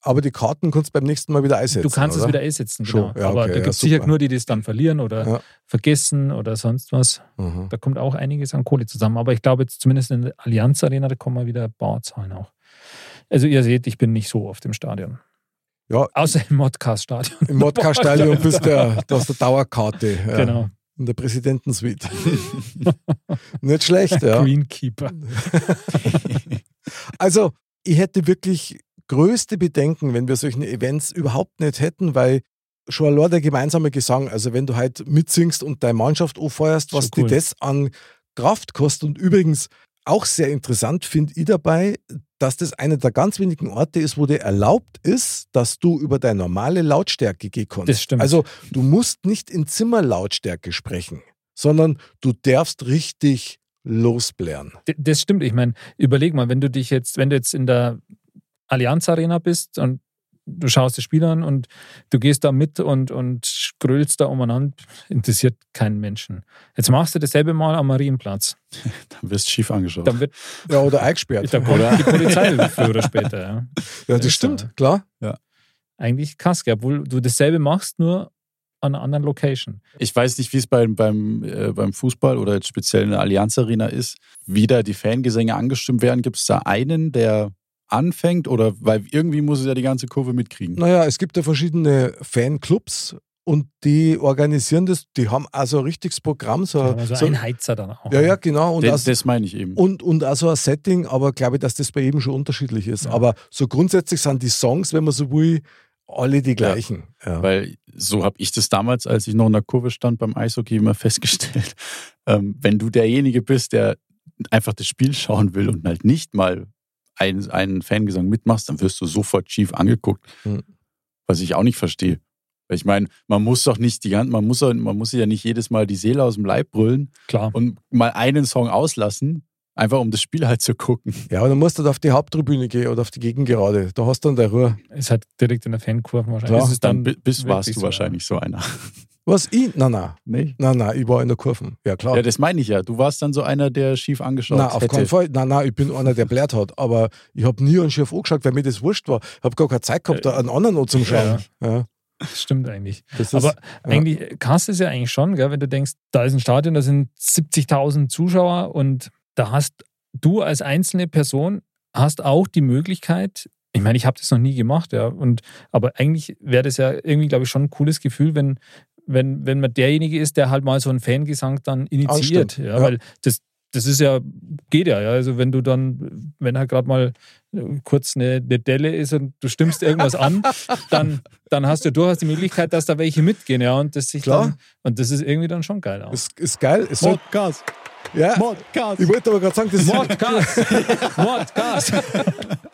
Speaker 1: Aber die Karten kannst du beim nächsten Mal wieder einsetzen.
Speaker 2: Du kannst
Speaker 1: oder?
Speaker 2: es wieder einsetzen,
Speaker 1: Schon,
Speaker 2: genau.
Speaker 1: ja,
Speaker 2: Aber
Speaker 1: okay,
Speaker 2: da
Speaker 1: ja,
Speaker 2: gibt es sicher
Speaker 1: super.
Speaker 2: nur die, die es dann verlieren oder
Speaker 1: Ja.
Speaker 2: vergessen oder sonst was.
Speaker 1: Mhm.
Speaker 2: Da kommt auch einiges an Kohle zusammen. Aber ich glaube, jetzt zumindest in der Allianz Arena, da kommen wir wieder Barzahlen auch. Also ihr seht, ich bin nicht so oft im Stadion.
Speaker 1: Ja.
Speaker 2: Außer im Modcast-Stadion.
Speaker 1: Im Modcast-Stadion bist du ja, du hast eine Dauerkarte. Ja,
Speaker 2: Genau.
Speaker 1: In der Präsidentensuite. Nicht schlecht, ja.
Speaker 2: Greenkeeper.
Speaker 1: Also, ich hätte wirklich größte Bedenken, wenn wir solchen Events überhaupt nicht hätten, weil schon allein der gemeinsame Gesang, also wenn du halt mitsingst und deine Mannschaft anfeuerst,
Speaker 2: Schon
Speaker 1: was
Speaker 2: cool.
Speaker 1: dir das an Kraft kostet und übrigens auch sehr interessant finde ich dabei, dass das einer der ganz wenigen Orte ist, wo dir erlaubt ist, dass du über deine normale Lautstärke gehen kannst.
Speaker 2: Das stimmt.
Speaker 1: Also du musst nicht in Zimmerlautstärke sprechen, sondern du darfst richtig losblären.
Speaker 2: D- Das stimmt. Ich meine, überleg mal, wenn du dich jetzt, wenn du jetzt in der Allianz Arena bist und du schaust das Spiel an und du gehst da mit und, und grölst da umeinander. Interessiert keinen Menschen. Jetzt machst du dasselbe Mal am Marienplatz.
Speaker 4: Dann wirst du schief angeschaut.
Speaker 2: Dann wird
Speaker 1: Ja, oder eingesperrt.
Speaker 2: dann kommt die Polizei früher oder später. Ja.
Speaker 1: Ja, das
Speaker 2: ist
Speaker 1: stimmt,
Speaker 2: so.
Speaker 1: klar.
Speaker 2: Eigentlich Kaske, obwohl du dasselbe machst, nur an einer anderen Location.
Speaker 4: Ich weiß nicht, wie es beim, beim, äh, beim Fußball oder jetzt speziell in der Allianz Arena ist, wie da die Fangesänge angestimmt werden. Gibt es da einen, der anfängt oder weil irgendwie muss es ja die ganze Kurve mitkriegen.
Speaker 1: Naja, es gibt ja verschiedene Fanclubs und die organisieren das, die haben also ein richtiges Programm. So,
Speaker 2: Also
Speaker 1: so,
Speaker 2: ein Heizer dann auch.
Speaker 1: ja, ja, genau. Und
Speaker 4: das,
Speaker 1: also,
Speaker 4: das meine ich eben.
Speaker 1: und, und also ein Setting, aber glaube ich, dass das bei jedem schon unterschiedlich ist. Aber so grundsätzlich sind die Songs, wenn man so will, alle die gleichen. Ja.
Speaker 4: Weil so habe ich das damals, als ich noch in der Kurve stand beim Eishockey, immer festgestellt. Ähm, wenn du derjenige bist, der einfach das Spiel schauen will und halt nicht mal einen, einen Fangesang mitmachst, dann wirst du sofort schief angeguckt.
Speaker 1: Mhm.
Speaker 4: Was ich auch nicht verstehe. Weil ich meine, man muss doch nicht die ganze, man muss, doch- man muss sich ja nicht jedes Mal die Seele aus dem Leib brüllen
Speaker 2: Klar.
Speaker 4: und mal einen Song auslassen, einfach um das Spiel halt zu gucken.
Speaker 1: ja, aber dann musst du da auf die Haupttribüne gehen oder auf die Gegengerade. Da hast du dann der Ruhe.
Speaker 2: Ist halt direkt in der Fankurve wahrscheinlich.
Speaker 1: Klar,
Speaker 2: Ist es
Speaker 4: Dann bi- bist, warst
Speaker 2: wirklich
Speaker 4: du
Speaker 2: so, ja.
Speaker 4: wahrscheinlich so einer.
Speaker 1: Was ich? Nein, nein,
Speaker 4: Nee?
Speaker 1: nein, nein, ich war in der Kurven. Ja, klar.
Speaker 4: Ja, das meine ich ja. Du warst dann so einer, der schief angeschaut
Speaker 1: Nein, auf
Speaker 4: hätte.
Speaker 1: keinen Fall. Nein, nein, ich bin einer, der blärt hat. Aber ich habe nie einen Chef angeschaut, weil mir das wurscht war. Ich habe gar keine Zeit gehabt, da einen anderen anzuschauen. Ja,
Speaker 2: Das stimmt eigentlich.
Speaker 1: das ist,
Speaker 2: Aber
Speaker 1: ja.
Speaker 2: eigentlich, krass ist ja eigentlich schon, gell, wenn du denkst, da ist ein Stadion, da sind 70.000 Zuschauer und da hast du als einzelne Person hast auch die Möglichkeit, ich meine, ich habe das noch nie gemacht, ja, und aber eigentlich wäre das ja irgendwie, glaube ich, schon ein cooles Gefühl, wenn, wenn, wenn man derjenige ist, der halt mal so einen Fangesang dann initiiert,
Speaker 1: Anstimmt,
Speaker 2: ja,
Speaker 1: ja.
Speaker 2: weil das das ist ja, geht ja, ja. Also wenn du dann, wenn halt gerade mal äh, kurz eine, eine Delle ist und du stimmst irgendwas an, dann, dann hast du durchaus die Möglichkeit, dass da welche mitgehen, ja. Und das sich
Speaker 1: Klar.
Speaker 2: dann, und das ist irgendwie dann schon geil auch.
Speaker 1: ist, ist geil. Es soll,
Speaker 4: Podcast,
Speaker 1: ja,
Speaker 4: Podcast.
Speaker 1: ich wollte aber gerade sagen, das ist
Speaker 2: Mordgas! Mordgas!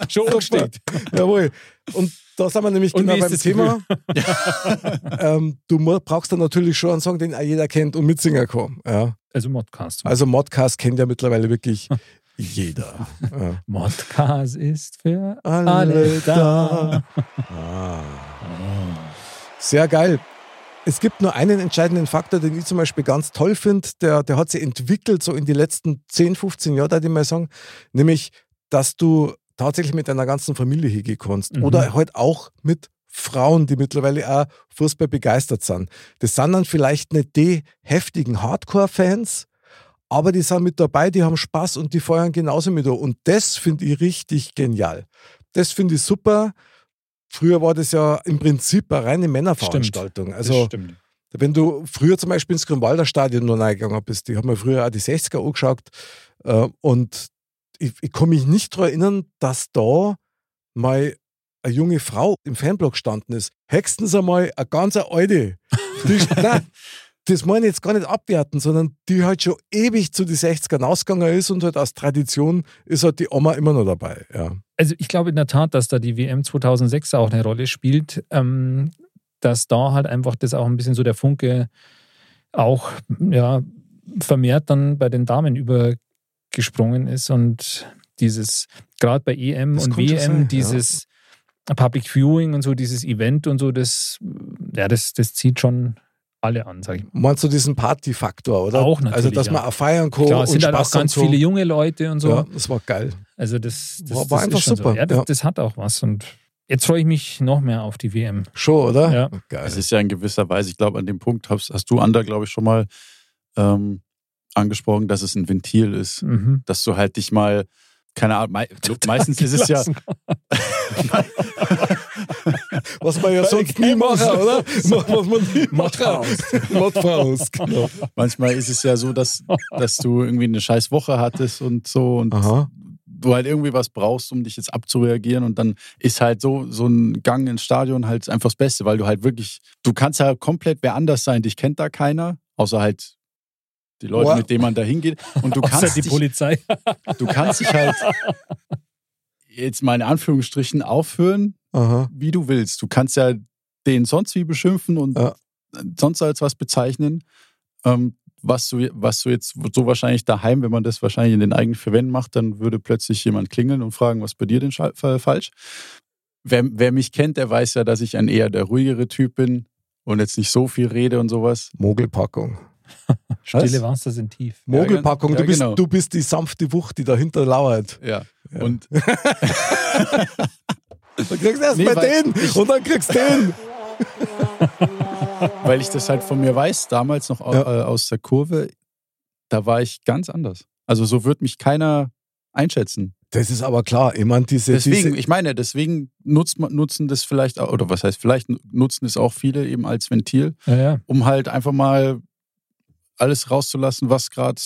Speaker 2: Schon angesteckt.
Speaker 1: Jawohl. Und da sind wir nämlich
Speaker 2: Und
Speaker 1: genau
Speaker 2: wie ist
Speaker 1: beim
Speaker 2: das
Speaker 1: Thema. ähm, du mu- brauchst dann natürlich schon einen Song, den auch jeder kennt und mitsingen kann. Ja.
Speaker 2: Also Mordgas.
Speaker 1: Also Modcast kennt ja mittlerweile wirklich jeder. Ja.
Speaker 2: Mordgas ist für
Speaker 1: Alle
Speaker 2: alle,
Speaker 1: da. Ah.
Speaker 2: da.
Speaker 1: Sehr geil. Es gibt nur einen entscheidenden Faktor, den ich zum Beispiel ganz toll finde, der, der hat sich entwickelt, so in die letzten 10, 15 Jahre, da ich mal sagen, nämlich, dass du tatsächlich mit deiner ganzen Familie hingehen kannst.
Speaker 2: Mhm.
Speaker 1: Oder halt auch mit Frauen, die mittlerweile auch Fußball begeistert sind. Das sind dann vielleicht nicht die heftigen Hardcore-Fans, aber die sind mit dabei, die haben Spaß und die feuern genauso mit. an. Und das finde ich richtig genial. Das finde ich super. Früher war das ja im Prinzip eine reine Männerveranstaltung.
Speaker 2: das
Speaker 1: Also
Speaker 2: stimmt.
Speaker 1: wenn du früher zum Beispiel ins Grünwalder Stadion nur reingegangen bist, ich habe mir früher auch die 60er angeschaut äh, und ich, ich kann mich nicht daran erinnern, dass da mal eine junge Frau im Fanblock gestanden ist. Höchstens einmal eine ganz alte. Die, nein, das meine ich jetzt gar nicht abwerten, sondern die halt schon ewig zu die 60ern ausgegangen ist und halt aus Tradition ist halt die Oma immer noch dabei. Ja.
Speaker 2: Also ich glaube in der Tat, dass da die WM 2006 auch eine Rolle spielt, ähm, dass da halt einfach das auch ein bisschen so der Funke auch ja, vermehrt dann bei den Damen übergesprungen ist und dieses, gerade bei EM
Speaker 1: Das
Speaker 2: und
Speaker 1: kann schon
Speaker 2: WM,
Speaker 1: sein, ja.
Speaker 2: dieses Public Viewing und so, dieses Event und so, das, ja, das, das zieht schon alle an, sag ich mal.
Speaker 1: Meinst du diesen Partyfaktor, oder?
Speaker 2: Auch natürlich,
Speaker 1: Also, dass
Speaker 2: ja.
Speaker 1: man auch feiern kann
Speaker 2: Klar,
Speaker 1: und
Speaker 2: es sind halt
Speaker 1: Spaß
Speaker 2: auch ganz
Speaker 1: haben kann.
Speaker 2: viele junge Leute und so.
Speaker 1: Ja, das war geil.
Speaker 2: Also das, das,
Speaker 1: War-
Speaker 2: das
Speaker 1: war einfach
Speaker 2: ist schon
Speaker 1: super,
Speaker 2: So. Ja, das,
Speaker 1: ja.
Speaker 2: das hat auch was. Und jetzt freue ich mich noch mehr auf die WM.
Speaker 1: Schon, oder? Oh,
Speaker 2: Ja.
Speaker 1: Geil.
Speaker 4: Es ist ja in gewisser Weise, ich glaube, an dem Punkt hast, hast du, Ander, glaube ich, schon mal ähm, angesprochen, dass es ein Ventil ist.
Speaker 2: Mhm.
Speaker 4: Dass du halt dich mal, keine Ahnung, mei meistens ist es ja,
Speaker 1: Was man ja sonst nie macht, oder? Was man nie macht. Mottfaust, genau.
Speaker 4: manchmal ist es ja so, dass, dass du irgendwie eine scheiß Woche hattest und so und
Speaker 1: Aha.
Speaker 4: du halt irgendwie was brauchst, um dich jetzt abzureagieren und dann ist halt so, so ein Gang ins Stadion halt einfach das Beste, weil du halt wirklich, du kannst halt komplett wer anders sein, dich kennt da keiner, außer halt die Leute,
Speaker 1: Wow.
Speaker 4: mit denen man da hingeht und du
Speaker 2: Außer
Speaker 4: kannst
Speaker 2: die
Speaker 4: dich
Speaker 2: Polizei.
Speaker 4: Du kannst dich halt jetzt mal in Anführungsstrichen aufhören,
Speaker 1: Aha.
Speaker 4: wie du willst. Du kannst ja den sonst wie beschimpfen und
Speaker 1: Ja.
Speaker 4: sonst als was bezeichnen, ähm, was, du, was du jetzt so wahrscheinlich daheim, wenn man das wahrscheinlich in den eigenen Verwänden macht, dann würde plötzlich jemand klingeln und fragen, was bei dir denn scha- fa- falsch? wer, wer mich kennt, der weiß ja, dass ich ein eher der ruhigere Typ bin und jetzt nicht so viel rede und sowas.
Speaker 1: Mogelpackung.
Speaker 2: Stille Wasser sind tief.
Speaker 1: Mogelpackung,
Speaker 4: Ja,
Speaker 1: du, bist,
Speaker 4: genau.
Speaker 1: du bist die sanfte Wucht, die dahinter lauert.
Speaker 4: Ja. Und
Speaker 1: Du kriegst erst
Speaker 4: Nee,
Speaker 1: mal
Speaker 4: weil-
Speaker 1: den und dann kriegst den.
Speaker 4: weil ich das halt von mir weiß, damals noch au-
Speaker 1: Ja.
Speaker 4: äh, aus der Kurve, da war ich ganz anders. Also so wird mich keiner einschätzen.
Speaker 1: Das ist aber klar. Ich meine, diese,
Speaker 4: Deswegen,
Speaker 1: diese
Speaker 4: ich meine, deswegen nutzt, man- nutzen das vielleicht, auch- oder was heißt vielleicht, nutzen es auch viele eben als Ventil,
Speaker 2: Ja, ja.
Speaker 4: um halt einfach mal alles rauszulassen, was gerade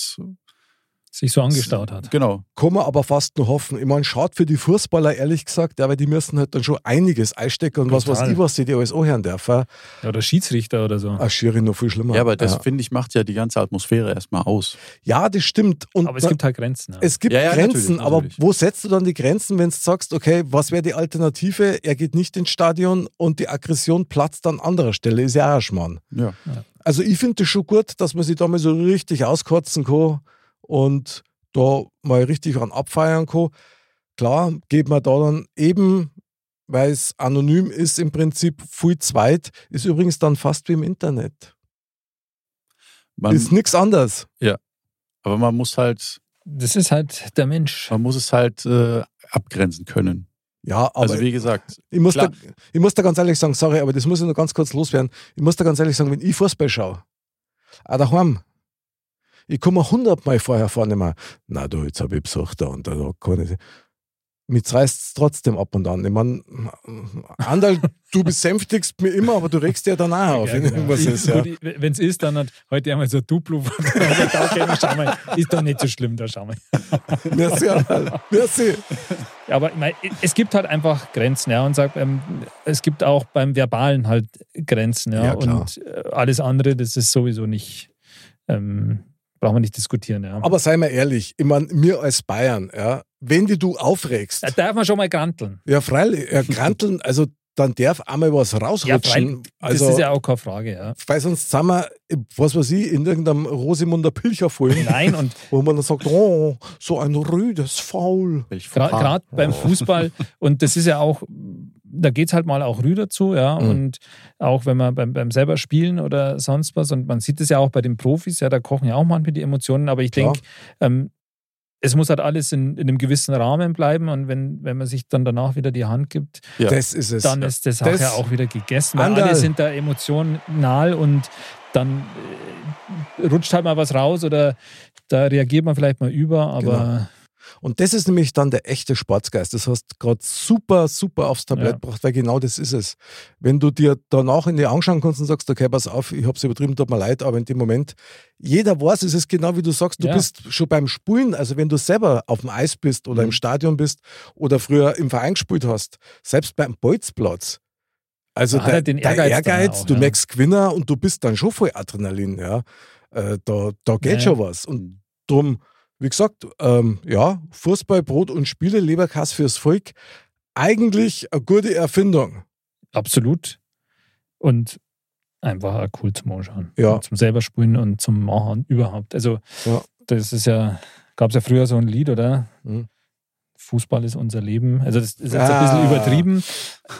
Speaker 2: Sich so angestaut hat.
Speaker 4: Genau.
Speaker 1: kann man aber fast nur hoffen. Ich meine, schade für die Fußballer, ehrlich gesagt, ja, weil die müssen halt dann schon einiges einstecken und was weiß
Speaker 2: Total.
Speaker 1: ich, was sie die alles anhören dürfen.
Speaker 2: Ja, Oder Schiedsrichter oder so.
Speaker 1: Ein Schiri noch viel schlimmer.
Speaker 4: Ja, aber das,
Speaker 1: ja.
Speaker 4: finde ich, macht ja die ganze Atmosphäre erstmal aus.
Speaker 1: ja, das stimmt. Und
Speaker 2: Aber es
Speaker 1: da-
Speaker 2: gibt halt Grenzen. ja.
Speaker 1: Es gibt
Speaker 4: Ja, ja,
Speaker 1: Grenzen,
Speaker 4: natürlich,
Speaker 1: aber
Speaker 4: natürlich.
Speaker 1: wo setzt du dann die Grenzen, wenn du sagst, okay, was wäre die Alternative? Er geht nicht ins Stadion und die Aggression platzt an anderer Stelle, ist ja auch ein Schmarrn.
Speaker 4: Ja.
Speaker 1: Also ich finde es schon gut, dass man sich da mal so richtig auskotzen kann und da mal richtig an abfeiern kann. Klar, geht man da dann eben, weil es anonym ist, im Prinzip viel zweit, ist übrigens dann fast wie im Internet.
Speaker 4: Man,
Speaker 1: ist nichts anderes.
Speaker 4: aber man muss halt,
Speaker 2: Das ist halt der Mensch.
Speaker 4: man muss es halt äh, abgrenzen können.
Speaker 1: Ja, aber
Speaker 4: also wie gesagt,
Speaker 1: Ich muss, da,
Speaker 4: Klar.
Speaker 1: ich muss da ganz ehrlich sagen, sorry, aber das muss ich noch ganz kurz loswerden. Ich muss da ganz ehrlich sagen, wenn ich Fußball schaue, auch daheim, ich komme hundertmal vorher vorne mal, na du, jetzt habe ich Besuch da und da, da kann ich. Mich reißt es trotzdem ab und an. Ich meine, Andal, du besänftigst mich immer, aber du regst ja dann auch auf, wenn
Speaker 2: genau.
Speaker 1: irgendwas ist. Ja.
Speaker 2: Wenn es ist, dann hat heute einmal so ein Duplo. von- okay, dann schauen wir. ist doch nicht so schlimm, da schauen wir.
Speaker 1: Merci, Andal. Merci.
Speaker 2: Ja, aber ich mein, es gibt halt einfach Grenzen, ja. Und sag, ähm, es gibt auch beim Verbalen halt Grenzen, ja.
Speaker 1: Ja, klar.
Speaker 2: und äh, alles andere, das ist sowieso nicht, ähm, brauchen wir nicht diskutieren, ja.
Speaker 1: Aber sei mal ehrlich, ich meine, mir als Bayern, ja, wenn die du aufregst,
Speaker 2: da Äh, darf man schon mal granteln.
Speaker 1: ja, freilich, ja, granteln, also dann darf einmal was rausrutschen. also,
Speaker 2: das ist ja auch keine Frage, ja.
Speaker 1: Weil sonst sind wir, was weiß ich, in irgendeinem Rosimunder Pilcherfilm,
Speaker 2: Nein, und
Speaker 1: wo man dann sagt, oh, so ein rüdes Faul.
Speaker 4: ich
Speaker 2: gerade
Speaker 1: Oh.
Speaker 2: beim Fußball, und das ist ja auch, da geht es halt mal auch rüder zu, ja.
Speaker 1: Mhm.
Speaker 2: Und auch wenn man beim, beim selber spielen oder sonst was, und man sieht es ja auch bei den Profis, ja, da kochen ja auch manchmal die Emotionen, aber ich
Speaker 1: Klar.
Speaker 2: denke, ähm, es muss halt alles in, in einem gewissen Rahmen bleiben und wenn, wenn man sich dann danach wieder die Hand gibt,
Speaker 4: Ja.
Speaker 1: Das ist es.
Speaker 2: dann ist das, Sache
Speaker 1: das-
Speaker 2: auch wieder gegessen. Weil
Speaker 1: Anderl.
Speaker 2: alle sind da emotional und dann äh, rutscht halt mal was raus oder da reagiert man vielleicht mal über,
Speaker 1: Genau.
Speaker 2: aber
Speaker 1: Und das ist nämlich dann der echte Sportsgeist. Das hast gerade super, super aufs Tablett
Speaker 2: Ja.
Speaker 1: gebracht, weil genau das ist es. Wenn du dir danach in die anschauen kannst und sagst, okay, pass auf, ich hab's übertrieben, tut mir leid, aber in dem Moment, jeder weiß, es ist genau wie du sagst, du
Speaker 2: Ja.
Speaker 1: bist schon beim Spulen, also wenn du selber auf dem Eis bist oder
Speaker 2: Mhm.
Speaker 1: im Stadion bist oder früher im Verein gespielt hast, selbst beim Bolzplatz, also
Speaker 2: Da hat
Speaker 1: der,
Speaker 2: er den
Speaker 1: der
Speaker 2: Ehrgeiz
Speaker 1: Ehrgeiz,
Speaker 2: dann auch,
Speaker 1: du
Speaker 2: ja.
Speaker 1: merkst Gewinner und du bist dann schon voll Adrenalin, ja. Äh, da, da geht
Speaker 2: Ja,
Speaker 1: schon was. Und drum, wie gesagt, ähm, ja, Fußball, Brot und Spiele, Leberkass fürs Volk, eigentlich eine gute Erfindung.
Speaker 2: absolut. Und einfach auch cool zum Anschauen.
Speaker 1: Ja.
Speaker 2: Und zum selber spielen und zum Machen überhaupt. Also
Speaker 1: Ja.
Speaker 2: das ist ja, gab es ja früher so ein Lied, oder?
Speaker 1: Mhm.
Speaker 2: Fußball ist unser Leben. Also das ist jetzt ein
Speaker 1: Ah.
Speaker 2: bisschen übertrieben.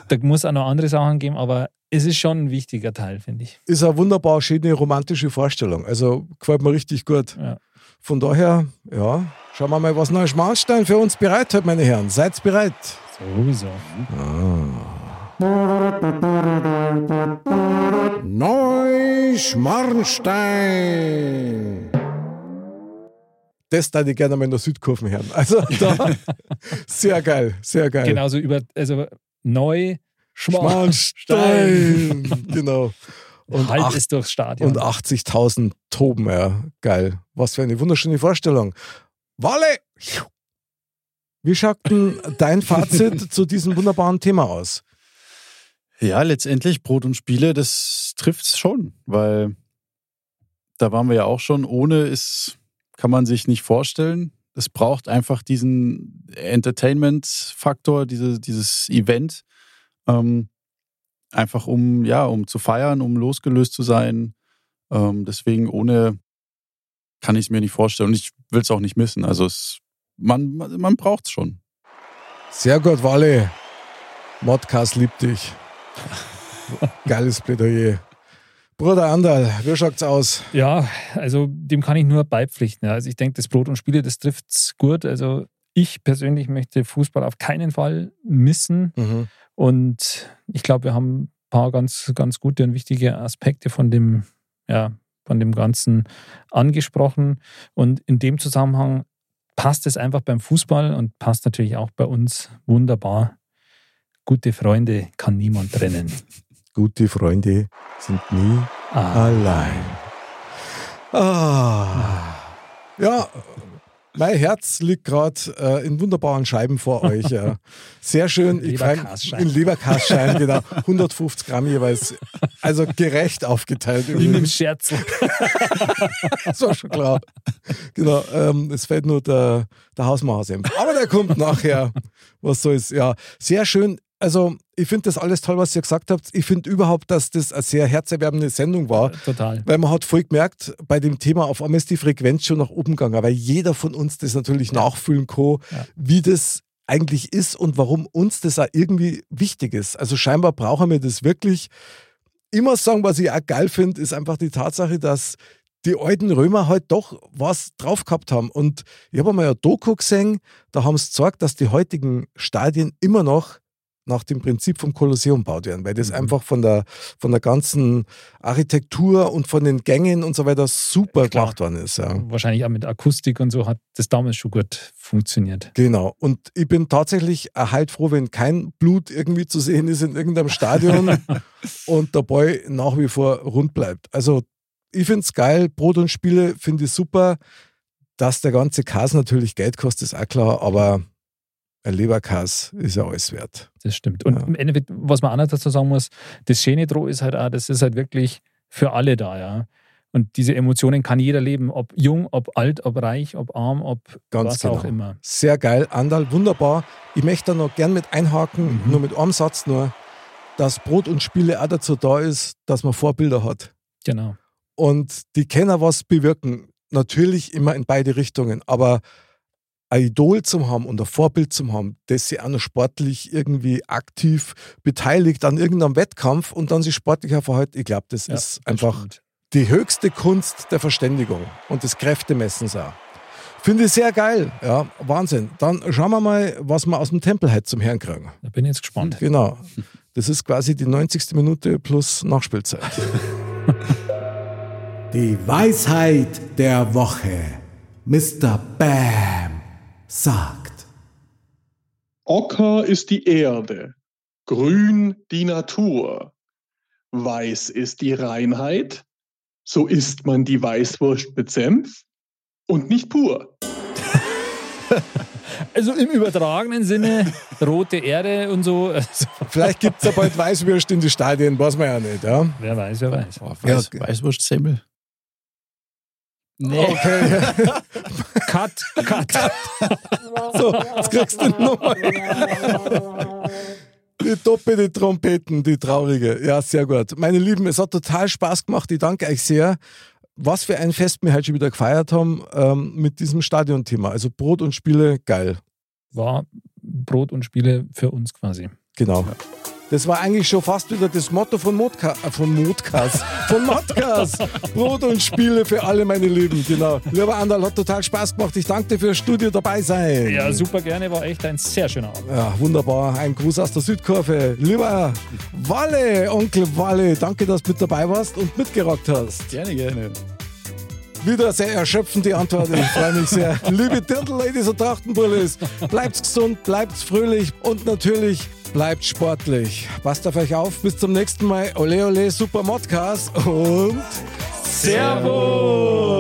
Speaker 2: Da muss auch noch andere Sachen geben, aber es ist schon ein wichtiger Teil, finde ich.
Speaker 1: Ist eine wunderbar schöne romantische Vorstellung. Also gefällt mir richtig gut.
Speaker 2: Ja.
Speaker 1: Von daher, ja, schauen wir mal, was neuer Schmarnstein für uns bereit hat, meine Herren. Seid's bereit.
Speaker 2: Sowieso.
Speaker 5: Neuschmarnstein.
Speaker 1: Das da ich gerne mal in der Südkurve hören. Also da, sehr geil, sehr geil.
Speaker 2: Genauso über, also neu, schmal.
Speaker 1: Schmarnstein. genau.
Speaker 2: Und
Speaker 1: Und
Speaker 2: halt
Speaker 1: acht-
Speaker 2: ist durchs Stadion.
Speaker 1: Und 80.000 toben, ja. Geil. Was für eine wunderschöne Vorstellung. Walle! Wie schaut denn dein Fazit zu diesem wunderbaren Thema aus?
Speaker 4: Ja, letztendlich Brot und Spiele, das trifft's schon, weil da waren wir ja auch schon. Ohne ist kann man sich nicht vorstellen. Es braucht einfach diesen Entertainment-Faktor, diese, dieses Event, ähm, einfach um ja, um zu feiern, um losgelöst zu sein. Ähm, deswegen ohne kann ich es mir nicht vorstellen und ich will's auch nicht missen. Also es, man man, man braucht's schon.
Speaker 1: Sehr gut, Walle. Modcast liebt dich. Geiles Plädoyer. Bruder Andal, wie schaut's aus?
Speaker 2: Ja, also dem kann ich nur beipflichten. Also ich denke, das Brot und Spiele, das trifft's gut. Also ich persönlich möchte Fußball auf keinen Fall missen.
Speaker 1: Mhm.
Speaker 2: Und ich glaube, wir haben ein paar ganz, ganz gute und wichtige Aspekte von dem, ja, von dem Ganzen angesprochen. Und in dem Zusammenhang passt es einfach beim Fußball und passt natürlich auch bei uns wunderbar. Gute Freunde kann niemand trennen.
Speaker 1: Gute Freunde sind nie
Speaker 2: Ah.
Speaker 1: allein. Ah. Ja, mein Herz liegt gerade äh, in wunderbaren Scheiben vor euch. Ja. Sehr schön.
Speaker 2: In
Speaker 1: Ich freu-
Speaker 2: Leberkasscheiben.
Speaker 1: in Leberkasscheiben, genau. 150 Gramm jeweils. Also gerecht aufgeteilt.
Speaker 2: Wie mit dem Scherz.
Speaker 1: Das war schon klar. Genau, ähm, es fällt nur der, der Hausmauersenf. Aber der kommt nachher. Was soll's, ja. Sehr schön. Also, ich finde das alles toll, was ihr gesagt habt. Ich finde überhaupt, dass das eine sehr herzerwärmende Sendung war.
Speaker 2: Total.
Speaker 1: Weil man hat voll gemerkt, bei dem Thema auf einmal ist die Frequenz schon nach oben gegangen, weil jeder von uns das natürlich nachfühlen kann,
Speaker 2: Ja.
Speaker 1: wie das eigentlich ist und warum uns das auch irgendwie wichtig ist. Also scheinbar brauchen wir das wirklich. Immer sagen, was ich auch geil finde, ist einfach die Tatsache, dass die alten Römer halt doch was drauf gehabt haben. Und ich habe einmal eine Doku gesehen, da haben sie gezeigt, dass die heutigen Stadien immer noch nach dem Prinzip vom Kolosseum baut werden, weil das
Speaker 2: Mhm.
Speaker 1: einfach von der, von der ganzen Architektur und von den Gängen und so weiter super
Speaker 2: Klar.
Speaker 1: gemacht worden ist. Ja.
Speaker 2: Wahrscheinlich auch mit Akustik und so hat das damals schon gut funktioniert.
Speaker 1: Genau. Und ich bin tatsächlich auch halt froh, wenn kein Blut irgendwie zu sehen ist in irgendeinem Stadion und der Boy nach wie vor rund bleibt. Also ich finde es geil, Brot und Spiele finde ich super. Dass der ganze Kass natürlich Geld kostet, ist auch klar, aber ein Leberkass ist ja alles wert.
Speaker 2: Das stimmt. Und
Speaker 1: Ja.
Speaker 2: im Endeffekt, was man auch noch dazu sagen muss, das Schöne Droh ist halt auch, das ist halt wirklich für alle da, ja. Und diese Emotionen kann jeder leben, ob jung, ob alt, ob reich, ob arm, ob
Speaker 1: Ganz
Speaker 2: was
Speaker 1: genau.
Speaker 2: auch immer.
Speaker 1: Sehr geil, Andal, wunderbar. Ich möchte da noch gern mit einhaken,
Speaker 2: Mhm.
Speaker 1: nur mit einem Satz nur, dass Brot und Spiele auch dazu da ist, dass man Vorbilder hat.
Speaker 2: Genau.
Speaker 1: Und die Kenner was bewirken. Natürlich immer in beide Richtungen, aber ein Idol zum haben und ein Vorbild zum haben, das sie auch noch sportlich irgendwie aktiv beteiligt an irgendeinem Wettkampf und dann sich sportlich verhält, ich glaube, das
Speaker 2: Ja,
Speaker 1: ist
Speaker 2: das
Speaker 1: einfach
Speaker 2: stimmt.
Speaker 1: die höchste Kunst der Verständigung und des Kräftemessens auch. Finde ich sehr geil. Ja, Wahnsinn. Dann schauen wir mal, was wir aus dem Tempel heute zum Herrn kriegen.
Speaker 2: Da bin ich jetzt gespannt.
Speaker 1: Genau. Das ist quasi die 90. Minute plus Nachspielzeit.
Speaker 5: Die Weisheit der Woche. Mr. Bam sagt.
Speaker 6: Ocker ist die Erde, grün die Natur, weiß ist die Reinheit, so isst man die Weißwurst mit Senf und nicht pur.
Speaker 2: Also im übertragenen Sinne, rote Erde und so. Also,
Speaker 1: Vielleicht gibt es ja bald Weißwürst in die Stadien, weiß man ja nicht. Ja?
Speaker 2: wer weiß, wer weiß.
Speaker 4: Boah, Oh, Weiß,
Speaker 1: Ja, okay. Oh,
Speaker 4: Weißwurst-Semmel. Nee.
Speaker 1: Okay.
Speaker 2: Cut, cut.
Speaker 1: So, jetzt kriegst du nochmal. Die Doppe, die Trompeten, die traurige. Ja, sehr gut. Meine Lieben, es hat total Spaß gemacht. Ich danke euch sehr. Was für ein Fest wir heute schon wieder gefeiert haben ähm, mit diesem Stadionthema. Also Brot und Spiele, geil.
Speaker 2: War Brot und Spiele für uns quasi.
Speaker 1: Genau. Das war eigentlich schon fast wieder das Motto von Modka äh, von Modcast, von Modcast. Brot und Spiele für alle meine Lieben, genau. Lieber Anderl, hat total Spaß gemacht. Ich danke dir fürs Studio dabei sein.
Speaker 2: Ja, super gerne, war echt ein sehr schöner Abend.
Speaker 1: Ja, wunderbar. Ein Gruß aus der Südkurve. Lieber Walle, Onkel Walle, danke, dass du mit dabei warst und mitgerockt hast.
Speaker 4: Gerne, gerne.
Speaker 1: Wieder sehr erschöpfend die Antwort. Ich freue mich sehr. Liebe Dirndl-Ladies und Trachtenbullis, bleibt's gesund, bleibt's fröhlich und natürlich bleibt sportlich. Passt auf euch auf. Bis zum nächsten Mal. Ole, ole, super Modcast und Servus!